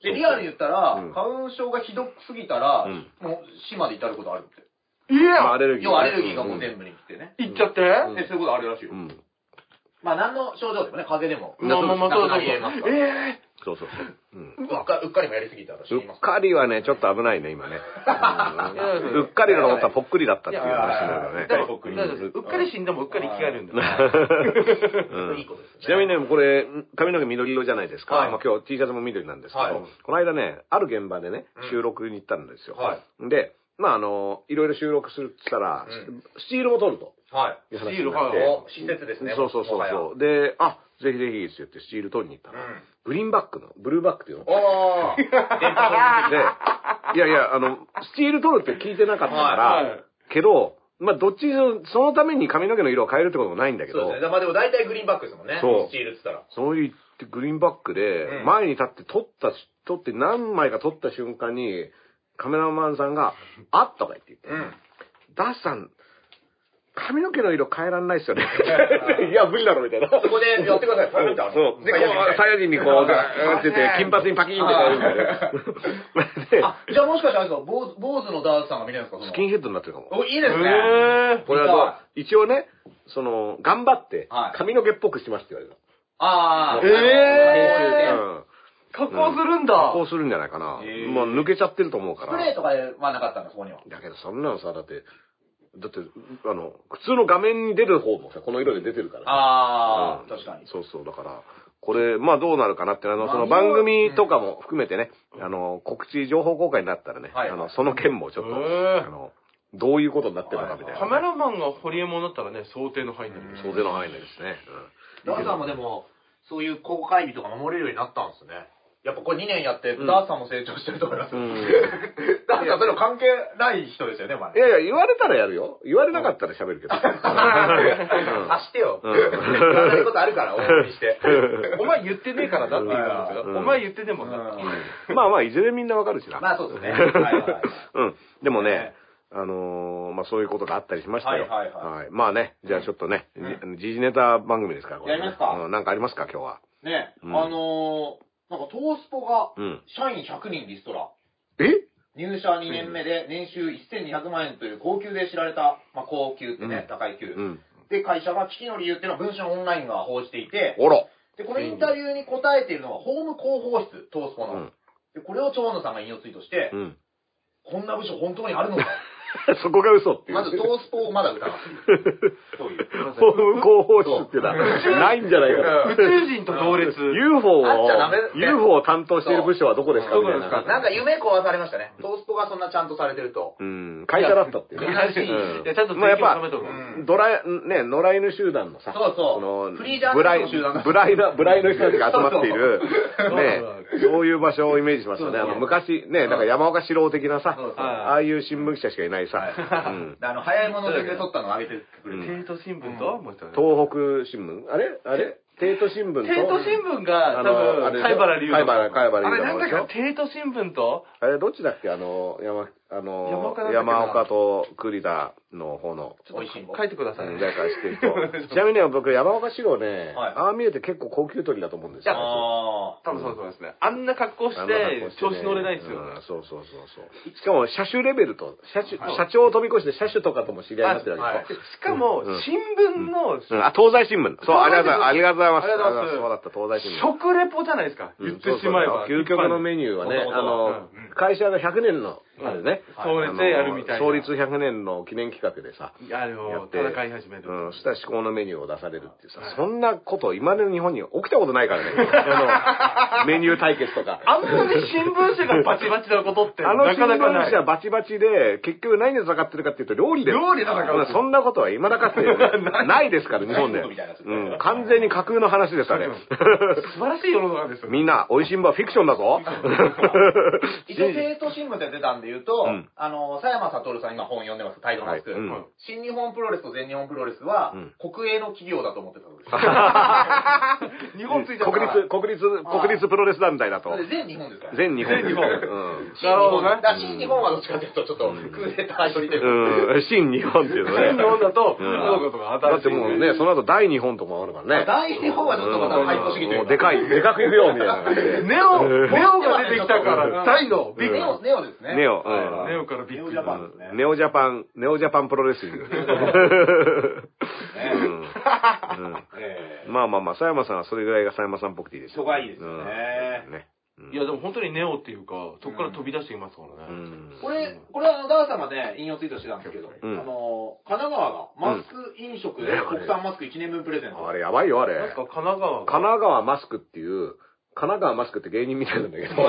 で、リアルに言ったら
うん、
花粉症がひどすぎたら
うん、
もう死まで至ることあるって。
えい
まあア
や
レルギー
要
ね。
はアレルギーがもう全
部。
部に来てね。
いっちゃって、
で、そういうことあるらしいよ
う。ん。
まあ、何の症状でもね、風邪でも。
まあまあまあ、そうだ
なり得ます
と
か
思う。
ら
え
そうそうそう。うん。
うっかうっかりもやり [LAUGHS] すぎたら死
う
にま
っ
すか
かりはね、ちょっと危ないね、今ね。
や
うんうっかりだと思ったらぽっくりだったっていう話になる
ー、
か
だ
ら
から
ね。
うっかり死んでもうっかり生き返るんだ。
う
ら。
ん
いいことですね。
ちなみにね、これ、髪の毛緑色じゃないですか。
はい
まあ今日 T シャツも緑なんですけど、
はい
この間ね、ある現場でね
うん、
収録に行ったんですよ。
は
で、まああの、いろいろ収録するって言ったら、
うん
スチールも撮ると。
はい。
いう話になっ
スチール
て
お、施
は
設ですね。
そうそうそう
も
そう。で、あ、ぜひぜひって言ってスチール撮りに行った
はや
ら、グリーンバックの、ブルーバックっていうの。
うん。お [LAUGHS] ー。電波
で、いやいや、あの、スチール取るって聞いてなかったから、
はいはい
けど、まあ、どっちにしろそのために髪の毛の色を変えるってこともないんだけ
そう
ど、
ですね。まあでも大体グリーンバックですもんね。
そう
スチールって言ったら。
そういうグリーンバックで
う、ん
前に立って撮ったし、撮って何枚か撮った瞬間に、カメラマンさんが、あったかいって言って、
うん。
ダッシュさん、髪の毛の色変えらんないっすよね。
[LAUGHS]
いや、無理だろ、みたいな。
そこでやってください。パラメーター
そう。で、こう、サイヤ人にこ
[LAUGHS]
う、ガーってて、金髪にパキーンって
[LAUGHS]
変えるんだよね [LAUGHS] で
あ、じゃあもしかしてあれですか、坊主坊主のダースさんが見れるんですか
スキンヘッドになってるかも。
お、いいですね。
え
これはどう一応ね、その、頑張って
は、い
髪の毛っぽくしますって言われた。
あー。
えー
うん
加工するんだ。
こうするんじゃないかな。
へー
もう抜けちゃってると思うか
スプレー
ら。
とかはなかったんだ、そこには。
だけどそんなのさ、だって、だって、あの、普通の画面に出る方もさ、この色で出てるから。
あ
うん
ー、確かに。
そうそう、だから、これ、まあどうなるかなって、あの、その
まあ
番組とかも含めてね、あの、告知、情報公開になったらね、
はい
あの、その件もちょっ
へ
と、
ー
あの、どういうことになってるのかみたいな。
カメラマンがホリエモンだったらね、想定の範囲になる。
想定の範囲内ですね。
ダースさんもでも、そういう公開日とか守れるようになったんですね。やっぱこれ2年やって、ダースさんも成長してると思います。
う
ダ [LAUGHS]
ん
ースさん、それは関係ない人ですよね、お前
い。
[LAUGHS]
やいや、言われたらやるよ。言われなかったら喋るけど。
察してよ。
うん
言われることあるから、大盛り [LAUGHS] して。
お前言ってねえからだって言うんですよ。
うん
お前言ってねえもんだって。
まあまあ、いずれみんなわかるしな。
まあそうですね。はいはいはい。
うん。でもね
ね、
あのーまあそういうことがあったりしましたよ。
はいはいはい
まあね、じゃあちょっとね、じ時事ネタ番組ですから、これね
やりますか
うん、なんかありますか、今日は。
[LAUGHS] ね、
うん
あのー、なんかトースポが
うん。
社員100人リストラ。
え
入社2年目で年収1200万円という高級で知られた、まあ、高級って
う
ね、
ん
高い級、
うん。
で、会社が危機の理由っていうのは文春オンラインが報じていて、
おろ。
で、このインタビューに答えているのは法務広報室、トースポの。
うん
で、これを長野さんが引用ツイートして、 [LAUGHS]
うん。
こんな部署本当にあるのか。
そこが嘘っていう。
ま
[LAUGHS]
ずトースポをまだ疑っている。そういう。
ホーム広報室ってな、ないんじゃないかな。
宇宙人と同列。
UFO
あっ
を
ちゃダメだ、ね
UFO を担当している部署はどこですか
そう
みたい
どこで
な。
すか
なんか夢壊されましたね。トースポがそんなちゃんとされてると。
うん、会社だったっていう
い
ね。
やち
うん
ゃんと
まあやっ
税金
ぱ
をめとく。
うん
ドラ、ね、野良犬集団のさ、
そうそうフリーダンス
ブライ
の集団だ、
ブライな、ブライの人たちが集まっている、
う
ね、そういう場所をイメージしましたね。
そう
あ
そう
の、昔、ね、なんか山岡四郎的なさ
そう、そう
ああいう新聞記者しかいないさ、うん
であの、早いもの順で撮ったのを上げてくれて。
帝都新聞と、もう一人
東北新聞あれあれ帝都新聞と、
帝都新聞が
あ
多
の、あ
分、
れ
貝原龍
貝原、貝
あ
原
れ
龍
な
太
んだ
郎
か
でしょ
帝都新聞と、
あれどっちだっけあの、山、あ
山
の
岡だっ、けな
山岡と栗田の方の、
ちょっ
美味しんぼ
と書いてください。
誰か知ってる人。 [LAUGHS] ちなみにね僕、山岡志郎ね、
はい
ああ見えて結構高級鳥だと思うんですよ。
あ
多分そうだと思いますね。あんな格好して
あんな格好、して
調
ね
子乗れないですよ
う
ね
ん。そうそうそうそう。しかも、車種レベルと、車種、
はい
社長を飛び越して車種とかとも知り合いになってるわけですよ。
しかも
うん、
新聞
う
の、
んあ、東西新聞。そう、ありがとうありがとうございます。
ありがとうご
そうだっ
ざいます
た、東西新聞。
食レポじゃないですか。
う
言っ
ん
てしまえば。
そうそうそう究極のメニューはね、
元々
あ
は
の、会社の100年の、あれね、
はい創立でやるみたいな
あの創立100年の記念企画でさ、
あ
やっ、
の
て
戦い始める。
うん、そしたら至高のメニューを出されるっていうさ
は、い
そんなこと、今の日本に起きたことないからね。あ
[LAUGHS]
の、メニュー対決とか。
あんなに新聞社がバチバチなことって、
あの
な
新
かなか
聞
ない
社。バチバチで、結局何で戦ってるかっていうと、料理で。
料理で戦う
そんなことは今だか
[LAUGHS]
って、ないですから、日本で。
ないことみたいなやつ
うん、完全に架空の話です、あれ
うん。素晴らしい世の中ですよね。
みんな、美味しんぼはフィクションだぞ。
ー一応、帝都新聞で出たんで言うと、
うん
あの、佐山悟さん今本読んでます、態度マスク。
はいうん
新日本プロレスと全日本プロレスは、
うん
国営の企業だと思ってた
[LAUGHS]
そうです。
日本ついて
国立、国立、国立プロレス団体だと
そ。れ全日本ですから。
全日本。
全日本
うん
新日本
なるほどね
だから新日本はどっちかというと、ちょっと、クーデターよりというか
うん、新日本っていうのね。
日本だと、
うん
物事が
だ
新
っ
してい。
もうね、その後大日本とかもあるからね。
大日本はちょっとまた
うん
廃校主義というか
もうでかい、でかくいくよ、みたいな感じ
[LAUGHS]
で。
ネオ、
うん
ネオが出てきたか
う
ら、
ん
大の、ビッグ
ネオ、ネオですね。
ネオうん
はい
ネオからビッ
ネ
グ
オジャパンですね。
ネオジャパン、ネオジャパンプロレスリング。 [LAUGHS] うん
え
うんまあまあまあ、佐山さんはそれぐらいが佐山さんっぽくていいです
そこがいいですよね
うんねうん
いや、でも本当にネオっていうか、そこから飛び出してきますから
う
ね。
ん
ーこれ、これはあの、ダー様ね、引用ツイートしてたんですけど、
うん
あの、神奈川がマスク飲食で
うん
国産マスク1年分プレゼント。
あれ、やばいよ、あ
なん
れ
か。神奈川
神
が。
奈川マスクっていう、神奈川マスクって芸人みたいなん
[LAUGHS]
だけど。
[LAUGHS]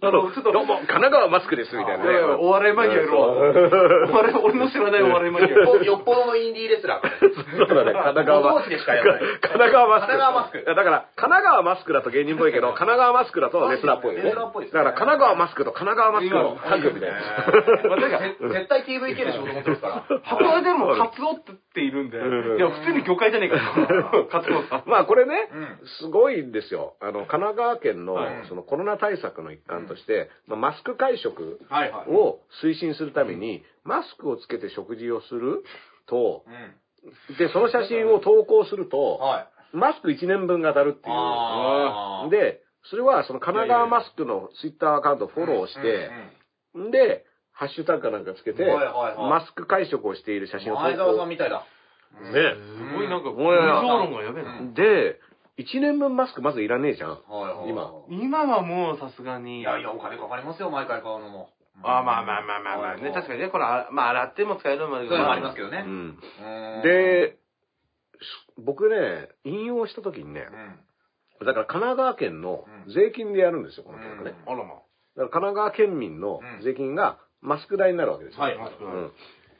あの、ちょっ
[LAUGHS]
と、
どうも、神奈川マスクです、みたいなね。
お笑いマニアいるわ。お笑い、俺の知らないお笑いマニア。
よっぽよっぽどのインディーレスラーかね
そうだね、神奈川マ
ご
スク。
当地でしかやらない
神奈川マスク。
神奈川マスク
いやだから、神奈川マスクだと芸人っぽいけど、神奈川マスクだとレスラーっぽいよね。
レスラーっぽいですね
だから、神奈川マスクと神奈川マスクのタッグみたいな。
まあなんか
絶絶対 TVK で仕事持ってますから。
箱根でもカツオっているんで、い
うん
や、普通に魚介じゃねえ
[LAUGHS]
か。カツオさん。
まあこれね
うん、
すごいんですよ。あの、神奈川県の
はい
そのコロナ対策の一環として、まあマスク会食
はいはい。
を推進するために、マスクをつけて食事をすると
う、ん。
で、その写真を投稿すると、
はい。
マスク1年分が当たるっていう。
あー
で、それはその神奈川マスクのツイッターアカウントをフォローして、んで、ハッシュタグかなんかつけて、
はいはいはい
マスク会食をしている写
うん
真
う
を
ん
投
前澤さ
稿
ん。みたいだ。
ね。
すごいなんか、
うん
無双論がやべえな。
で、1年分マスクまずいらねえじゃん。
はいはいはい。
今。
今はもうさすがに。
いやいや、お金かかりますよ、毎回買うのも。
あまあまあまあまあまあね。確かにね、これ、あまあ、洗っても使えるのもある
に
け
そういうのも
ど。
ありますけどね
う。ん。
うん、
で、し僕ね、引用した時にね
う、ん。
だから神奈川県の
うん
税金でやるんですよ、この企画ね。
あら
だ
ま
から神奈川県民の
うん
税金がマスク代になるわけですよ。
はいはい。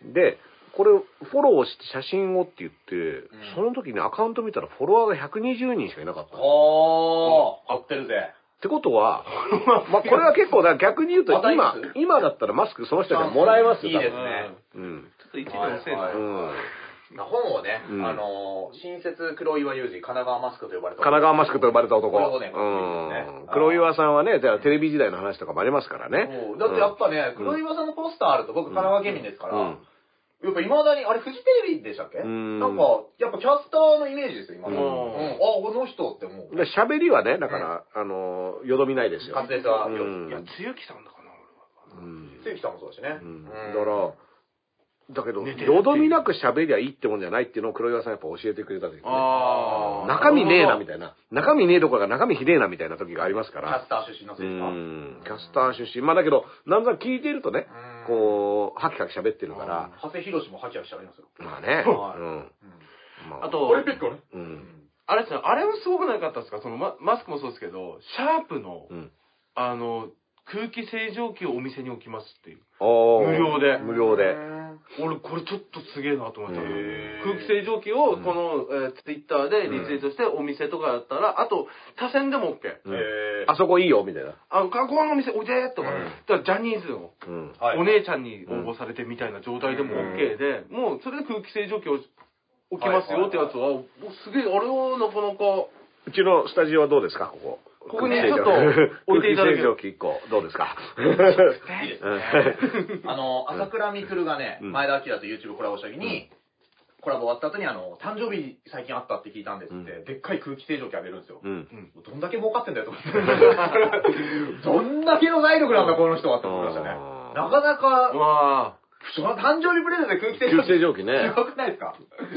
うんで、これ、フォローして写真をって言って、
ん
その時にアカウント見たらフォロワーが120人しかいなかった。っ
おー、買ってるぜ。
てこと
[LAUGHS]
は、まあこれは結構だ、逆に言うと
またいい
今
です、
今だったらマスクその人からもらえますよ、
いいです
多
ね。
分うん。
ちょっと一部のせい
はい
うん
は本をね、
うん
あのー、新設黒岩裕二、神奈川マスクと呼ばれた。
神奈川マスクと呼ばれた男。
これをね
うん。
黒
黒
岩
岩さんはね、じゃあテレビ時代の話とかもありますからね。
そうだってやっぱね、黒岩さんのポスターあると、僕神奈川県民ですから、
うん
やっぱ未だに、あれフジテレビでしたっけ
ん
なんか、やっぱキャスターのイメージですよ、今
う
の。
ん
うん、あ、この人って思う。
で喋りはね、だから、あの、よどみないですよ。
滑舌は、
う
よ
いや、
ん。
つゆきさんだかな、俺
うん
つゆきさんもそうだしね。
うんだ
う
か
ん
ら、だけど、
寝てるっていう
よどみなく喋りゃいいってもんじゃないっていうのを黒岩さんやっぱ教えてくれたというかね
は。
中身ねえなみ
た
たい
い
な。中身ねえどころか中身ひでえなみたいな時がありますか
キャ
ら
ス。ター出身の
う
つゆきさん。
ん。キャスター出身。まあだけど、なんだか聞いてるとね、
うん
こう、ハキハキ喋ってるから、
長谷博士もハキハキ喋りますよ。
まあね。
はい
うん。ま
あ、と、
オリンピックはね。
う。
うんん
あれですね、あれもすごくなかったですかそのママスクもそうですけど、シャープの、
うん。
あの、空気清浄機をお店に置きますっていう。
おー
無料で
無料で。
俺、これちょっとすげえなと思った
へ
ー
空気清浄機を、この、えー、ツイッターでリツイートして、お店とかだったら、あと、他線でも OK。
うん
へー
あそこいいよ、みたいな。
あの、学校のお店おいでとか、
うん
だからジャニーズの、
うん。
はい
お姉ちゃんに応募されてみたいな状態でも OK で、もうそれで空気清浄機を起きますよってやつは、おすげえ、あれはなかなか、
うちのスタジオはどうですか、ここ。
ここにちょっと置いていただける
空気清浄機1個、どうですか。
いいですね。あの、朝倉未来がね、
うん
前田明と YouTube コラボした時に、コラボ終わった後に、あの、誕生日最近あったって聞いたんですって、
う
でっかい空気清浄機あげるんですよ。
うん。
どんだけ儲かってんだよ
[LAUGHS]
と思って。どんだけの財力なんだ、この人はって思いましたね。
あー
なかなか
う、わ
その誕生日プレゼントで空気清浄
空気清
機
浄機ね
[LAUGHS] す。ごくないですか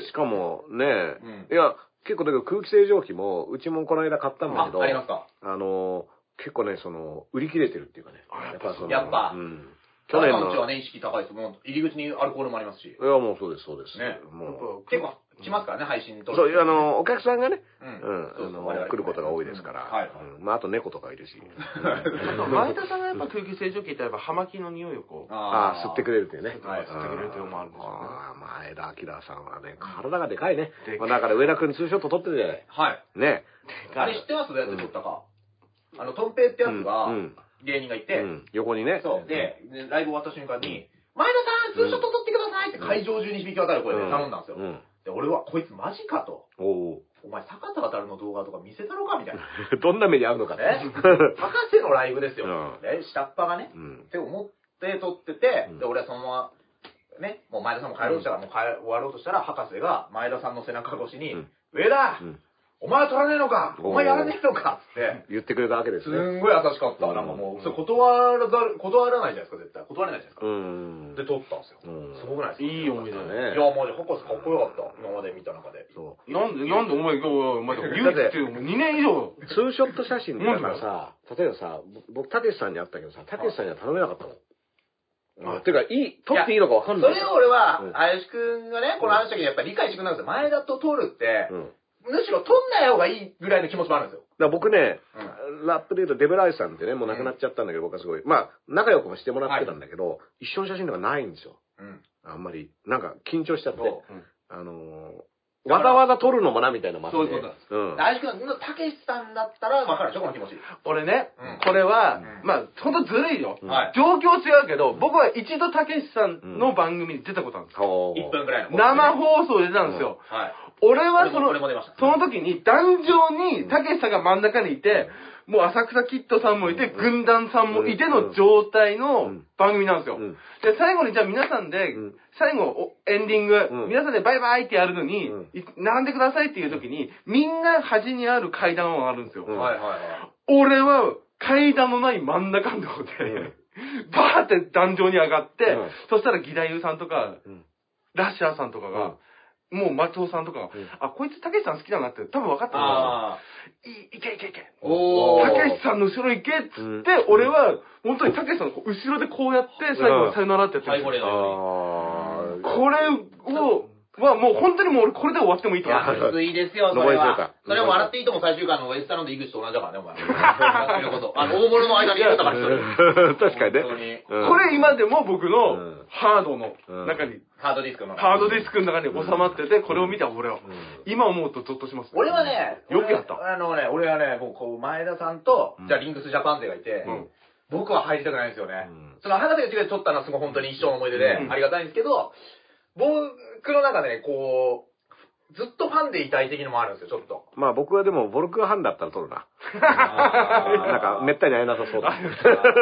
しかもね、
う
いや、結構だけど空気清浄機も、うちもこの間買ったんだけ
あ、
ど、
ありますか
あのー、結構ね、その、売り切れてるっていうかね。
あやっぱ
その
やっぱ
うん。去
去年
年
の。うちは
の、い
ね、意識高いです。もう入り口にアルコールもありますし。
や、もうそうです、そうです。
ね
やっ
も
ぱ
結構来ますからね、配信
う、
撮る。
そう、あ、の、お客さんがね、
う
うんん、
そう
あ
そう
の
我々
来ることが多いですか
うんはい
ら、うんまあ、あと猫とかいるし、
あ
[LAUGHS]
と前田さんがやっぱ空気清浄機ってやっぱ葉巻の匂いをこう、
ああ、吸ってく
れ。
れるっていうね。
はい吸ってくれるっていうのもあるんでしょうね
ああ前田明さんはね、体がでかいね
で。か
ま
い
あだから上田君ツーショット撮ってるじゃない。
はい。
ね。
あれ知ってますどうやって撮ったか。あの、トンペイってやつが
うんうん、
芸人がいうて、
ん横にね。
そう。で、ねライブ終わった瞬間に、前田さん、ツーショット撮ってくださいって会場中に響き渡る声で頼んだんですよ
う。ん。
で、俺はこいつマジかと。
おお
お前、坂田渉の動画とか見せたのかみた
[LAUGHS]
いな。
ー。 [LAUGHS] どんな目に遭うのかね。
ね博士のライブですよ。
う
ね、下っ端がね。
[LAUGHS] うん
って思って撮ってて、
うん
で、俺はそのまま、ね、もう前田さんも帰ろうとしたら、もう帰終わろうとしたら、博士が前田さんの背中越しに、
うん
上田、
うん
お前は撮らねえのか
おー
お前やらねえのかって、
言ってくれたわけですすね。
んごい優しかった。なんかもう、それ断らざる、断らないじゃないですか、絶対。断れないじゃないですか。
うん。
で、撮ったんですよ。
うん
すごくないですか
いい思い出だね。
い
ね
や、もうね、博士かっこよかった。今まで見た中で。
そ
なんで、なんでお前、お前、お前、勇気っていう、2年以上。
う。ツーショット写真ってだから
[LAUGHS]
さ、例えばさ、僕、たけしさんに会ったけどさ、たけしさんには頼めなかったもん。てか、いい、撮っていいのかわかん
そ
ない。
れを俺は
うん、
林くんがね、この話だけどやっぱり理解してくれないんですよ。前田と撮るって
う、ん。だか
むしろ撮んない方がいいぐらいの気持ちもあるんですよ。
ら僕ね、
うん
ラップで言うと、デブライさんってね、もう亡くなっちゃったんだけど、僕はすごい、まあ、仲良くもしてもらってたんだけど、一緒の写真とかないんですよ。
うん。
あんまり。なんか、緊張しちゃって。
そう
あのー、わざわざ撮るのもな、みたいなのもあって。
そういうことなんで
うん。
大志くんのたけしさんだったら分かるでしょ、この気持ち。
俺ね
うん、
これは
うん、
まあ、ほんとずるいよ。
はい。
状況違うけど、僕は一度たけしさんの番組に出たことあるんですよ。
ほう
1分ぐらいの。
生放送で出たんですよ。
はい。
俺はその
俺も俺も出ました、
その時に壇上にたけしさんが真ん中にいて、もう浅草キッドさんもいて、軍団さんもいての状態の番組なんですよ。
うん
で、最後にじゃあ皆さんで
うん、
最後おエンディン
う
グ
ん、
皆さんでバイバイってやるのに
うん、
い並んでくださいっていう時に、みんな端にある階段はあるんですよ。
うん
はいはいはい。
俺は階段のない真ん中のとこで、
ん
[LAUGHS] バーって壇上に上がって、
うん
そしたら義太夫さんとか、
うん
ラッシャーさんとかが、もう松尾さんとかが、
ん
あ、こいつたけしさん好きだなって多分分かったと思
ああ。
うんですよ。いいけいけいけ。
おー。
たけしさんの後ろ行けっつって、
うん
俺は、本当にたけしさんの後ろでこうやって、最後にさよならってやって
最後
る
例のよ
あー
これを、はもう本当にもう俺これで終わってもいいう
に。
と
い
思
や、
う。
きついですよ、それ
登り詰め
は
た。
それは笑っていいとも最終回のウエスタロンで井口と同じだからね、お前。それこそ。あの、大物の間にいるんだから、一人。
確かにね
本当に。
うん
これ今でも僕
うん
のハードの中に
ハードディスクの。
ハードディスクの中に収まってて、これを見た俺は、今思うとゾッとします、
俺はね、
よくやった
俺はあのね、俺はね、もうこう、前田さんと、じゃあリンクスジャパン勢がいて、
うん
僕は入りたくないんですよね。
うん
その、博士が違う撮ったのはすごい本当に一生の思い出で、
うん
ありがたいんですけど、僕の中でね、こう、ずっとファンでいたい的のもあるんですよ、ちょっと。
まあ僕はでも、ボルクハンだったら撮るな。なんか、めったに会えなさそうだ。
い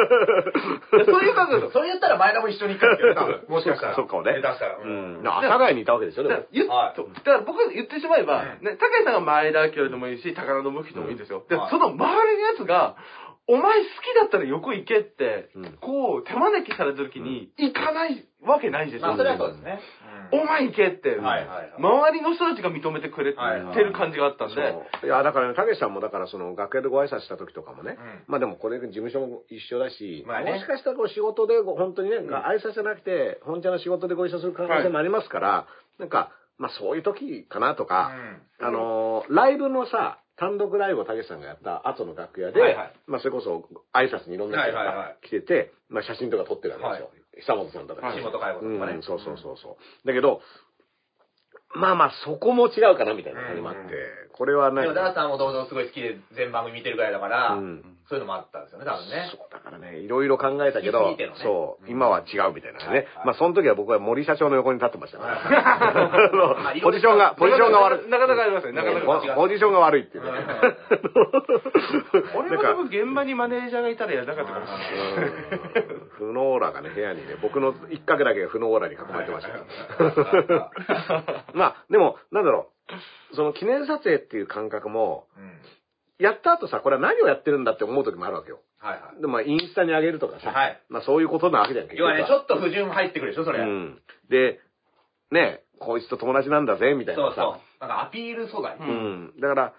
やそういう感じだと。
それ言ったら前田も一緒に行くんですよ、多分。もしかしたら。
[LAUGHS] そうかもね。
下手したら。う。
うんん。だから阿佐ヶ谷にいたわけですよ、
だ
で
か
も
ら。言っ
はい
そうだから僕が言ってしまえば、
うん
ね、高橋さんが前田明でもいいし、高田信人もいいんですよ。で、
はい
その周りのやつが、お前好きだったら横行けって、
うん
こう、手招きされた時に、行かないわけないでしょ。
まあ、それはそうですね。
お前行けって、
はいはいはい
周りの人たちが認めてくれて
はいはい
る感じがあったんで、
そういや、だからね、たけしさんも、だから、その、楽屋でご挨拶した時とかもね、
うん
まあでも、これ、事務所も一緒だし、
まあね
もしかしたら、こう、仕事で、こう本当にね、挨拶じゃなくて、本社の仕事でご一緒する可能性もありますから、なんか、まあ、そういう時かなとか、あのーライブのさ、単独ライブをたけしさんがやった後の楽屋で、
はいはい
まあ、それこそ、挨拶にいろんな人
はいはいは
が来てて、まあ、写真とか撮ってるわけですよ。久本さんとか、
はい
地元介護とかね
うん、そうそうそうそう。だけど、まあまあ、そこも違うかな、みたいな感じもあって、これはね
でも、ダーさんもともとすごい好きで全番組見てるぐらいだから、
うん
そういうのもあったんですよね、多分ね
そ。うだからね、いろいろ考えたけど
聞いてのね、
そう、今は違うみたいなね。
はいはい
まあ、その時は僕は森社長の横に立ってましたから、
[LAUGHS]
あのポ
色々
ジションが、ポジションが悪い。
なかなかありますね。なかなか。
ポポジションが悪いっていうね。 [LAUGHS]
俺
なん
も
か
多分現場にマネージャーがいたらやらなかったかもしれない。
うん不能オーラがね、部屋にね、僕の一角だけ不能オーラに囲まれてましたから。 [LAUGHS] まあ、でも、なんだろう、その記念撮影っていう感覚も、
うん。
やった後さ、これは何をやってるんだって思う時もあるわけよ。
はいはい。
でまあ、インスタに上げるとかさ、
はい
まあ、そういうことなわけじゃん、結
要はね、ちょっと不純入ってくるでしょ、それ。
うん。で、ね、こいつと友達なんだぜ、みたい
そ
な
うそう
さ。。
なんかアピール素材。
う
うん。だから、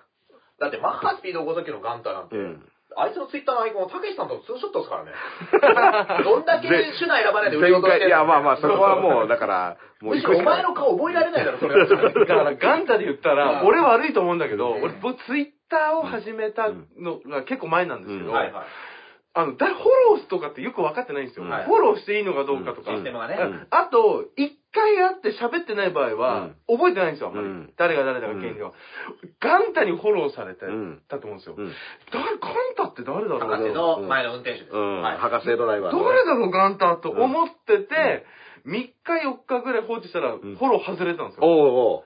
だって、マッハスピードごときのガンターなんて、
うん
あいつのツイッターのアイコンはたけしさんとツーショットですからね。
[LAUGHS]
どんだけ手段選ばないで売り
前
事して
回、
る
いや、まあまあ、そこはもう、だから、もう
[LAUGHS] むし
行く
ろ
し
お
かない
前の顔覚えられないだろ、それだったら
だから、ガンタで言ったら、
うん
俺悪いと思うんだけど、
うん
俺、僕、ツイッターを始めたのが結構前なんですけ
うん
ど、
はいはい。
あの、だフォローとかってよく分かってないんですよ。
うん
フォローしていいのかどうかとか。
システムがね。
うん
あと、一回会って喋ってない場合は、覚えてないんですよ、あんまり。
うん
誰が誰だか権利は。ガンタにフォローされて
うん
たと思うんですよ。
うん
誰、ガンタって誰だろう
博士の前の運転手です。
うん、
はい。
博士ドライバーのね、
誰だろう、ガンタと思ってて、3日4日ぐらい放置したら、フ
ん
ォロー外れたんですよ。
おうおう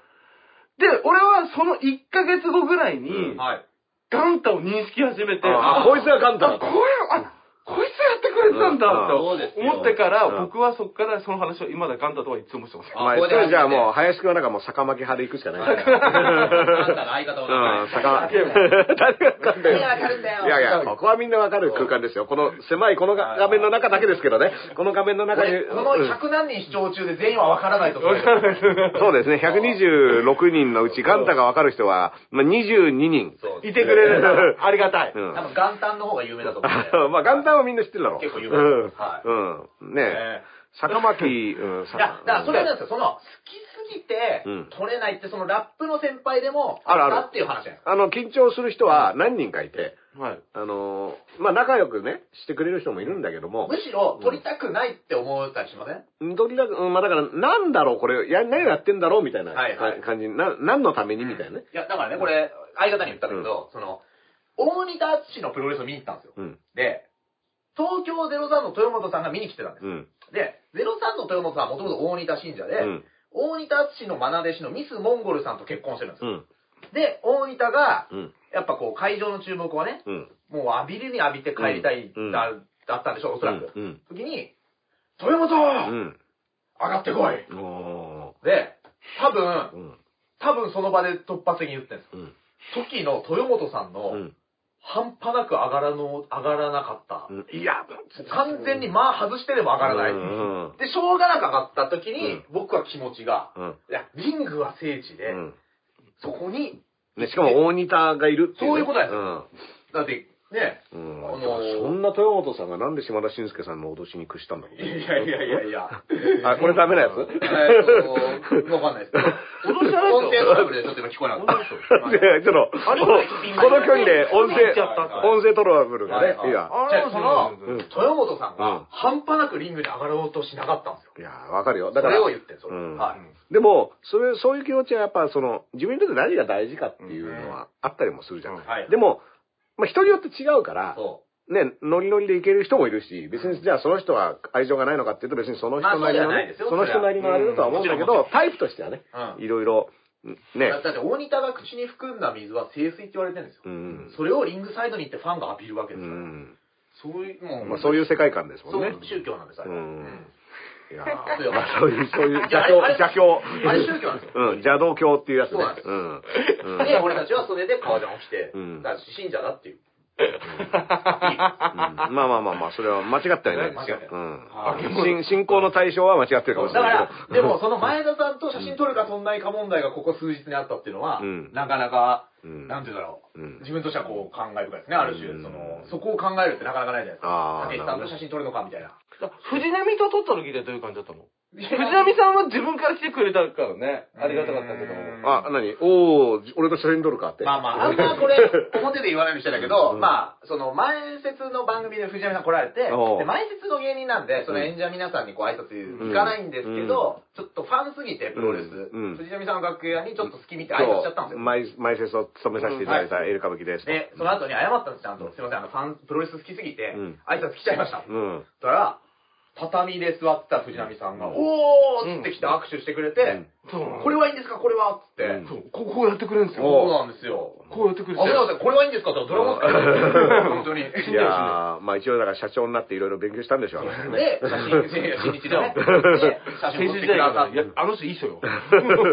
で、俺はその1ヶ月後ぐらいに、
うん
はい。
ガンタを認識始めて、
あこいつがガンタだ
あ、これ、あ、こいつやってくれてたんだ
うん
そうで
と
すよ
思ってから、
うん
僕はそこからその話を今だガンタとはいつもしてます。
あ
まあ、
こ
そ
こで初め
れ
て
じゃあもう、林くんはなんかもう坂巻派で行くしかない。
ガンタの相方
う
を
ん、坂
はい
巻。誰がわ [LAUGHS] かんだよ。
誰がわかるんだよ
いやいや、ここはみんなわかる空間ですよ。この狭いこの画面の中だけですけどね。この画面の
こ
中に。
れこの
うん
100何人視聴中で全員は分からないと思うよ。
そうですね、126人のうち、ガンタがわかる人は、まあ、22人。
そう
いてくれるんだ。ありがたい。
うん
多分元旦の方が有名だと思うん
[LAUGHS]
で。
まあ、元旦はみんな知ってるだろう。
結構有名
うん。
は
うん。ねえ
ね。
坂
[LAUGHS]
巻、うん、
いや、だからそれはなんですよ、その、好きすぎて
うん、
取れないって、そのラップの先輩でも、
あるある
ったっていう話じゃないですか。
あの、緊張する人は何人かいて、
はい。
あのー、まあ、仲良くね、してくれる人もいるんだけども
む、しろ、取りたくないって思ったりしません
時々、うん、まあ、だから、なんだろう、これ、や、何をやってんだろう、みたいな
はいはい
感じ、な、何のために、みたいなね。
いや、だからね、これ、相方に言ったんだけど、その、大仁田淳のプロレスを見に行ったんですよ。
うん。
で、東京03の豊本さんが見に来てたんで
うん。
す。で、03の豊本さんはもともと大仁田信者で、
うん。
大仁田淳の愛弟子のミス・モンゴルさんと結婚してるんです
う
よ。
ん。
で、大仁田が、
うん。
やっぱこう、会場の注目をね、
うん。
もう浴びるに浴びて帰りたい
う
だ、
ん
だったんでしょう、おそらく。
うん。
時に、豊本、
うん。
上がってこい
うん。お
で、多
ー
分、
うん。
多分その場で突発的に言ってるんです。
うん。
時の豊本さんの、
うん。
半端なく上がらの、上がらなかった。
うんいや、
完全に間外してでも上がらない。
うん
で、しょうがなく上がった時に、
うん
僕は気持ちが、
うん。
いや、リングは聖地で、
うん。
そこに、
ね、しかも大仁田がいるっていうね。
そういうことです
うん。
だって、ね、
うん
あのー
そんな豊本さんがなんで島田紳介さんの脅しに屈したんだろう
いやいやいやいや。
あ、これダメなやつ
え
[LAUGHS]
ーっと、わかんないですけど。
脅してないですよ
音声トラブルでちょっと今聞こえなかった。
ねちょっと、こ
あれ
のこの距離で音
見に行
声
っちゃったと、
音声トラブルが
は
ね、
いはい
いや、
あ
じゃあその
うん
豊本さん
うん
が、半端なくリングに上がろうとしなかったんですよ。
いや、わかるよ。
そ
だから
れを、言ってる、それ。
うん
はい。
でも、それ、そういう気持ちはやっぱ、その、自分にとって何が大事かっていうのはあったりもするじゃ
うん
な
はい
い。でも、まあ、人によって違うから、
そ
ね、ノリノリでいける人もいるし、別に、じゃあその人は愛情がないのかっていうと、別にその人なりの
まあそうではない
ね
ですよ、
その人なりのあれだとは思うんだけ
それは
ど、タイプとしてはね、
う。うん。
いろいろ、ね
だ、だって大仁田が口に含んだ水は清水って言われてるんですよ、
うん
それをリングサイドに行ってファンがアピールわけ
う
ですから、
ん。
そういうもう、
まあそういう世界観ですも
そ
ん
う
ね。
宗教なんですあれは、
うんいや
そうよ
ーまあそういう、そういう、
いや
邪
あ
教、
れ
邪教。
あれ宗教なんですよ
うん、邪道教っていうやつね。
そうなんです
ん。うん
で俺たちはそれで革ジャンを着て、
うん
だから信者だっていう
うんまあまあまあまあ、それは間違ってはいないですよ
間違っ。て
う
なんはい。
信信仰の対象は間違ってるか
そ
も
う
し
だ
れない [LAUGHS]
から
けど。
でもその前田さんと写真撮るか撮んないか問題がここ数日にあったっていうのは、
うん
なかなか、
うん
なんて言うんだろう、
うん
自分としてはこう考え深いですねある種、
うん
そのそこを考えるってなかなかないじゃないですか
あー
武井さんと写真撮るのかみたいな
藤波と撮った時ってどういう感じだったの藤波さんは自分から来てくれたからね、ありがたかったけど
う。ん
あ、なにおー、俺と写真撮るかって。
まあまあ、あんま
[LAUGHS]
これ、表で言わないようにしてたけど、まあ、その、前説の番組で藤波さん来られて、
おう
で前説の芸人なんで、その演者皆さんにこう挨拶行かないんですけど、ちょっとファンすぎて、プロレス、
うんうん
藤波さんの楽屋にちょっと好き見て挨拶しちゃったん
そ
です
う、
よ。
毎、毎節を務めさせていただいたエル歌舞伎です。
で、その後に謝ったんです、ちゃんと。すいません、あの、ファン、プロレス好きすぎて
うん、
挨拶来ちゃいました。
う
そ
ん。
したら、畳で座ってた藤波さんが、
うん
おーっつって来て握手してくれて、
そうなの
これはいいんですか、これはっつって。
うん
そう、こうこうやってくれるんです
そう
よ。
なんですよ。
こうやってくれ
あ、
る
すいません、これはいいんですかって、ドラゴンスク [LAUGHS] 本当に。
いやー、まあ一応だから社長になっていろいろ勉強したんでしょうね。
で、写真、新日でね、で写真を撮ってくださっ
いや
て、、
あの人いい人よ。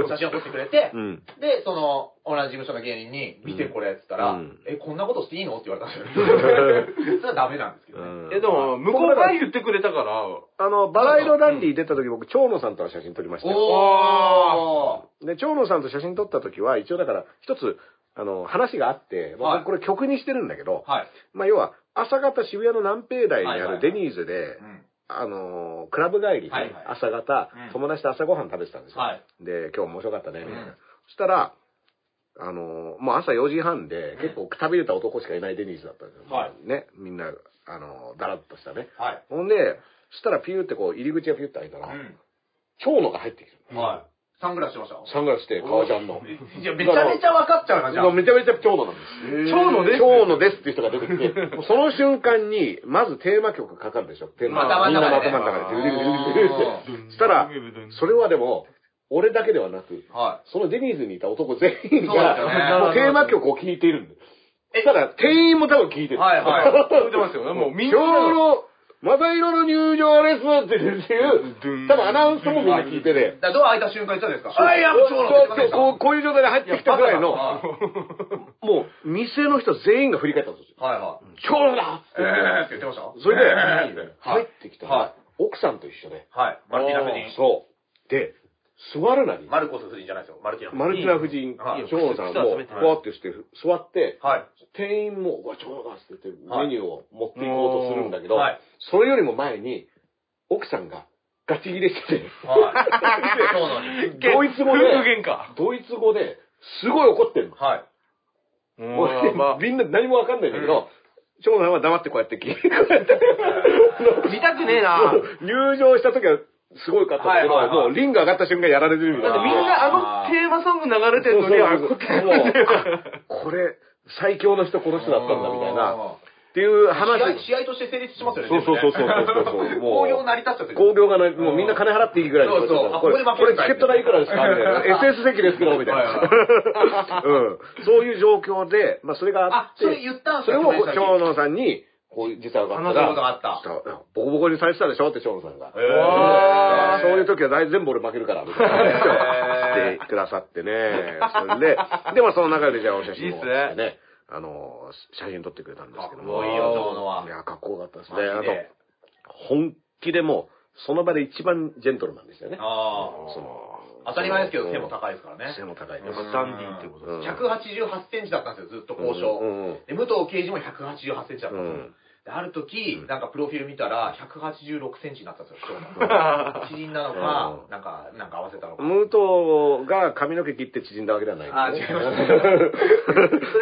写真を撮ってくれて
[LAUGHS] う、ん。
で、その、同じ事務所の芸人に、見てこれって言ったら、
うん
え、こんなことしていいのって言われたん
[LAUGHS]
ですよ。それはダメなんですけどね。
うん
え、でも、向こうが言ってくれたから、
あの、バラ色ランディ出た時僕、蝶野さんとは写真撮りましたよ。
おー
で、蝶野さんと写真撮った時は、一応だから、一つ、あの、話があって、まあ
はい
僕これ曲にしてるんだけど、
はい。
まあ要は、朝方渋谷の南平台にあ
はいは
る
い
デニーズで
う、ん
あのー、クラブ帰りに
はいはい
朝方
う、ん
友達と朝ごはん食べてたんですよ
はい。
で、今日面白かったね、み
ん
たいな。そしたら、あのー、もう朝4時半で、結構くたびれた男しかいないデニーズだったんですよ。
はい
ね、みんな、あのー、だらっとしたね。
はい。
ほんで、そしたらピューってこう、入り口がピューって開いたら、蝶野が入ってきた
うん。はい。サングラスしました
サングラスして、革ジャンの。
いや、めちゃめちゃ分かっちゃうな、じゃあ。
めちゃめちゃ蝶野なんです。
蝶野です
蝶野ですっていう人が出てきて、もうその瞬間に、まずテーマ曲かかるでしょ。テーマ
まあ
みんなの頭の
頭の
中
中
で
で
ドゥルドゥルドゥルドゥルって。したら、 [LAUGHS] それはでも、俺だけではなく、
は
そのデニーズにいた男全員
そうですよ
が、
ね
もうテーマ曲を聴いているんだよ。そしたら、店員も多分聴いて
い。
る。
はい、はい。
言ってますよね、もうみんな。
今日
[LAUGHS]
の、また色の入場ですっていう、多分アナウンスもみんな聞いてて、
だからドア開いた瞬間言ったじゃないですか。あ、いや、
そう
そうなんで
そう
すか
こうこういう状態で入ってきたぐらいの、
は
もう、店の人全員が振り返ったんですよ。
いはい。
今日だ
えーって言ってました
それで、
えー
入ってきたら、
はい
奥さんと一緒で。
はい。マルティナ夫人。
そう。で、座るなり、
マルコス夫人じゃないですよ。マルティナ夫人。
マルチナ夫人、
はい
長野さん
靴集
も
めて、
はい
わーってして、座って、
はい。
店員も、うわ、長野だっつって言って、
はい
メニューを持っていこうとするんだけど、
はい
それよりも前に、奥さんがガチ切れしてて、
はい。そうな
[LAUGHS]
のに。
ドイツ語
夫婦
で、
喧嘩。
ドイツ語で、すごい怒ってんの。
はい。
も
俺みんな何もわかんないんだけど、長男は黙ってこうやって聞いてくれて、
見たくね
[LAUGHS]
えな。
入場した時はすごいかったんだけど、
はいはいはい
もうリング上がった瞬間やられてるみたい
だってみん
な。
なあのテーマソング流れてるのに、あこっち
もうあこれ、最強の人この人だったんだみたいな、。っていう話。
試合、試合として成立しますよね。
そうそうそうそうそうそうそう
[LAUGHS]
もう
工業成り立っちゃってる。
工業がない、もうみんな金払っていいぐらいの
そうそうあ
これ、
ここ
これ
で負ける
チケット代いくらですかみたい
[LAUGHS]
な。SS 席ですけど、みたい
はい
な。 [LAUGHS] うん。そういう状況で、まあそれがあ
あ
っ、
それ
て、
言ったん
そ
です
れ
か
を長野さんに、こういう実は分かったら、
話したことがあった
したらボコボコにされてたでしょって長野さんが。
え
あー
ー
そういう時は大全部俺負けるから、みたいな話をしてくださってね。それで、でもその中でじゃあお写真を撮ってね、あの、写真撮ってくれたんですけども。
かっこいいよ長野はい
や、かっこよかったです
マ
ね。あ
ジで
と、本気でもう、その場で一番ジェントルマンでしたよね。
あ
その
あ。当たり前ですけど、背も高いですからね。
背も高いです。
ダンディーってこと
うん
188センチだったんですよ、ずっと交渉。
うんうん
で、武藤刑事も188センチだったんですよ。
うん
である時、なんかプロフィール見たら、186センチになったんですよ、
[LAUGHS]
長男。知人なのか
う、ん
なんか、なんか合わせたのか。
ムートが髪の毛切って縮んだわけではないん
あ、
で
違い
ね
ま
[LAUGHS]
した。それはあり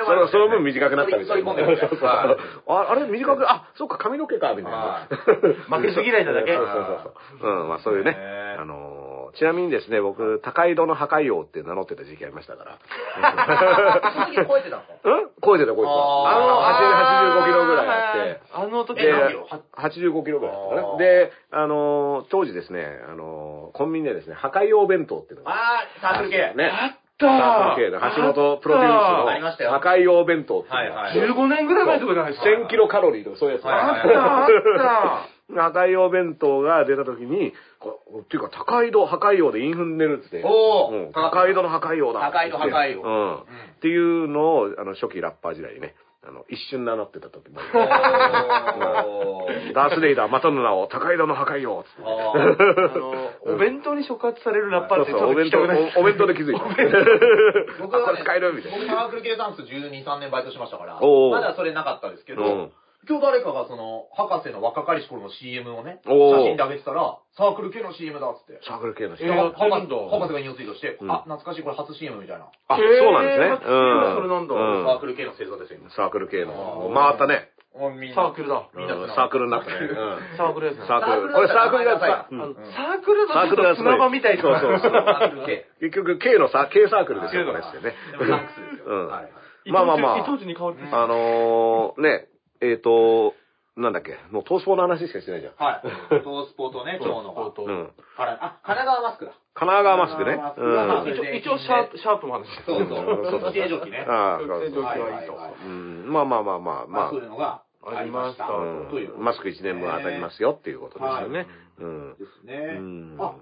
そ
ま
の
す
そ
よ
の
ね
分短くなったみたいな。
反り込んでましたねはい
ああれ短く、あ、そっか髪の毛か、みたいな。 [LAUGHS]
負けず嫌いなだけ
そうそうそうそう。うん、まあそういうね
ねえ。
あのー、ちなみにですね、僕、高井戸の破壊王って名乗ってた時期ありましたから。
その時超えてたんです
う
か
ん超えてた、超えてた。
あー
あの、80 85キロぐらいあって。
あの時
で
え何
の
を、
は85キロぐらいだったか
あ
な。
ー
で、あのー、当時ですね、あのー、コンビニでですね、破壊用弁当っていうのが。
あー、サークル系。
ね。
あっ
サー
た
クル系の橋本プロデュ
ありま
ー
し
ス
たよ
の破壊用弁当っていうのがあ
は
っ
い
て
はい
15年ぐらい前とかじゃないですか。
1000キロカロリーとかそういうやつ。
はいはい
あった、あった。
[LAUGHS] 破壊用弁当が出た時に、こうっていうか、高井戸破壊用でインフンでるっつって。
おー
うん高井戸の破壊用だ。
高井戸破壊王
うん。っていうのを、あの、初期ラッパー時代にね、あの、一瞬名乗ってた時も。
おー
ダースレイダー、またの名を、高井戸の破壊用っつってね。
あ
[LAUGHS]
ー
あの、お弁当に触発されるラッパ
そ
ーっ
う
て
そ
ちょっ
う、お弁当、
と聞きたくない
おお弁当で気づいた。
[LAUGHS] 僕は、
あこれ使えるみたいな
僕サークル系ダンス12、3年バイトしましたから、
おー
まだそれなかったですけど、
うん
今日誰かがその、博士の若かりし頃の CM をね、写
おー
真で上げてたら、サークル系の CM だっつって。
サークル系の人
え。
やってるんだ
博士が引用ツイートして、
うん
あ、懐かしい、これ初 CM みたいな。
あ、そうなんですね。
えー
うん。
それなんだ
う
サークル系の星座ですよ、今。
サークル系の
あ。ー
回ったね。
おみんな
サークルだ。
う
みんなつなが
ん
る
サークルになったね。うん
サークルですね。
サークル。
サークルだったら
これサークルがさ、
う
あの
うん
サークル
サークル
だ
が
と
すごい
砂場みたいな。
そうそうそう
サークル系。
結局、K のさ、K サークルですよ、
あー
これってね。
でもサックスですよ。
うん
はいはい
まあまあまあ
伊藤に変わって
あのー、ね、えっと、なんだっけ、もう東スポの話しかしてないじゃん。
はい。トースポートね、今日のが。
うん。
からあ、神奈川マスクだ。
神奈川マスクね。う
神奈川マスク
ん。
一応、一応シャープ、シャープの話です。
そう
うん
そう。定常期ね。
ああ、そ
学
うそ
生状況
う。
はいいと。
うん、まあまあまあまあま
まあ、
あ
そうい。うのがありました。
ありま
という
うん。マスク1年分当たりますよっていうことですよね。うん。
です
う
ね。
ん。
あ、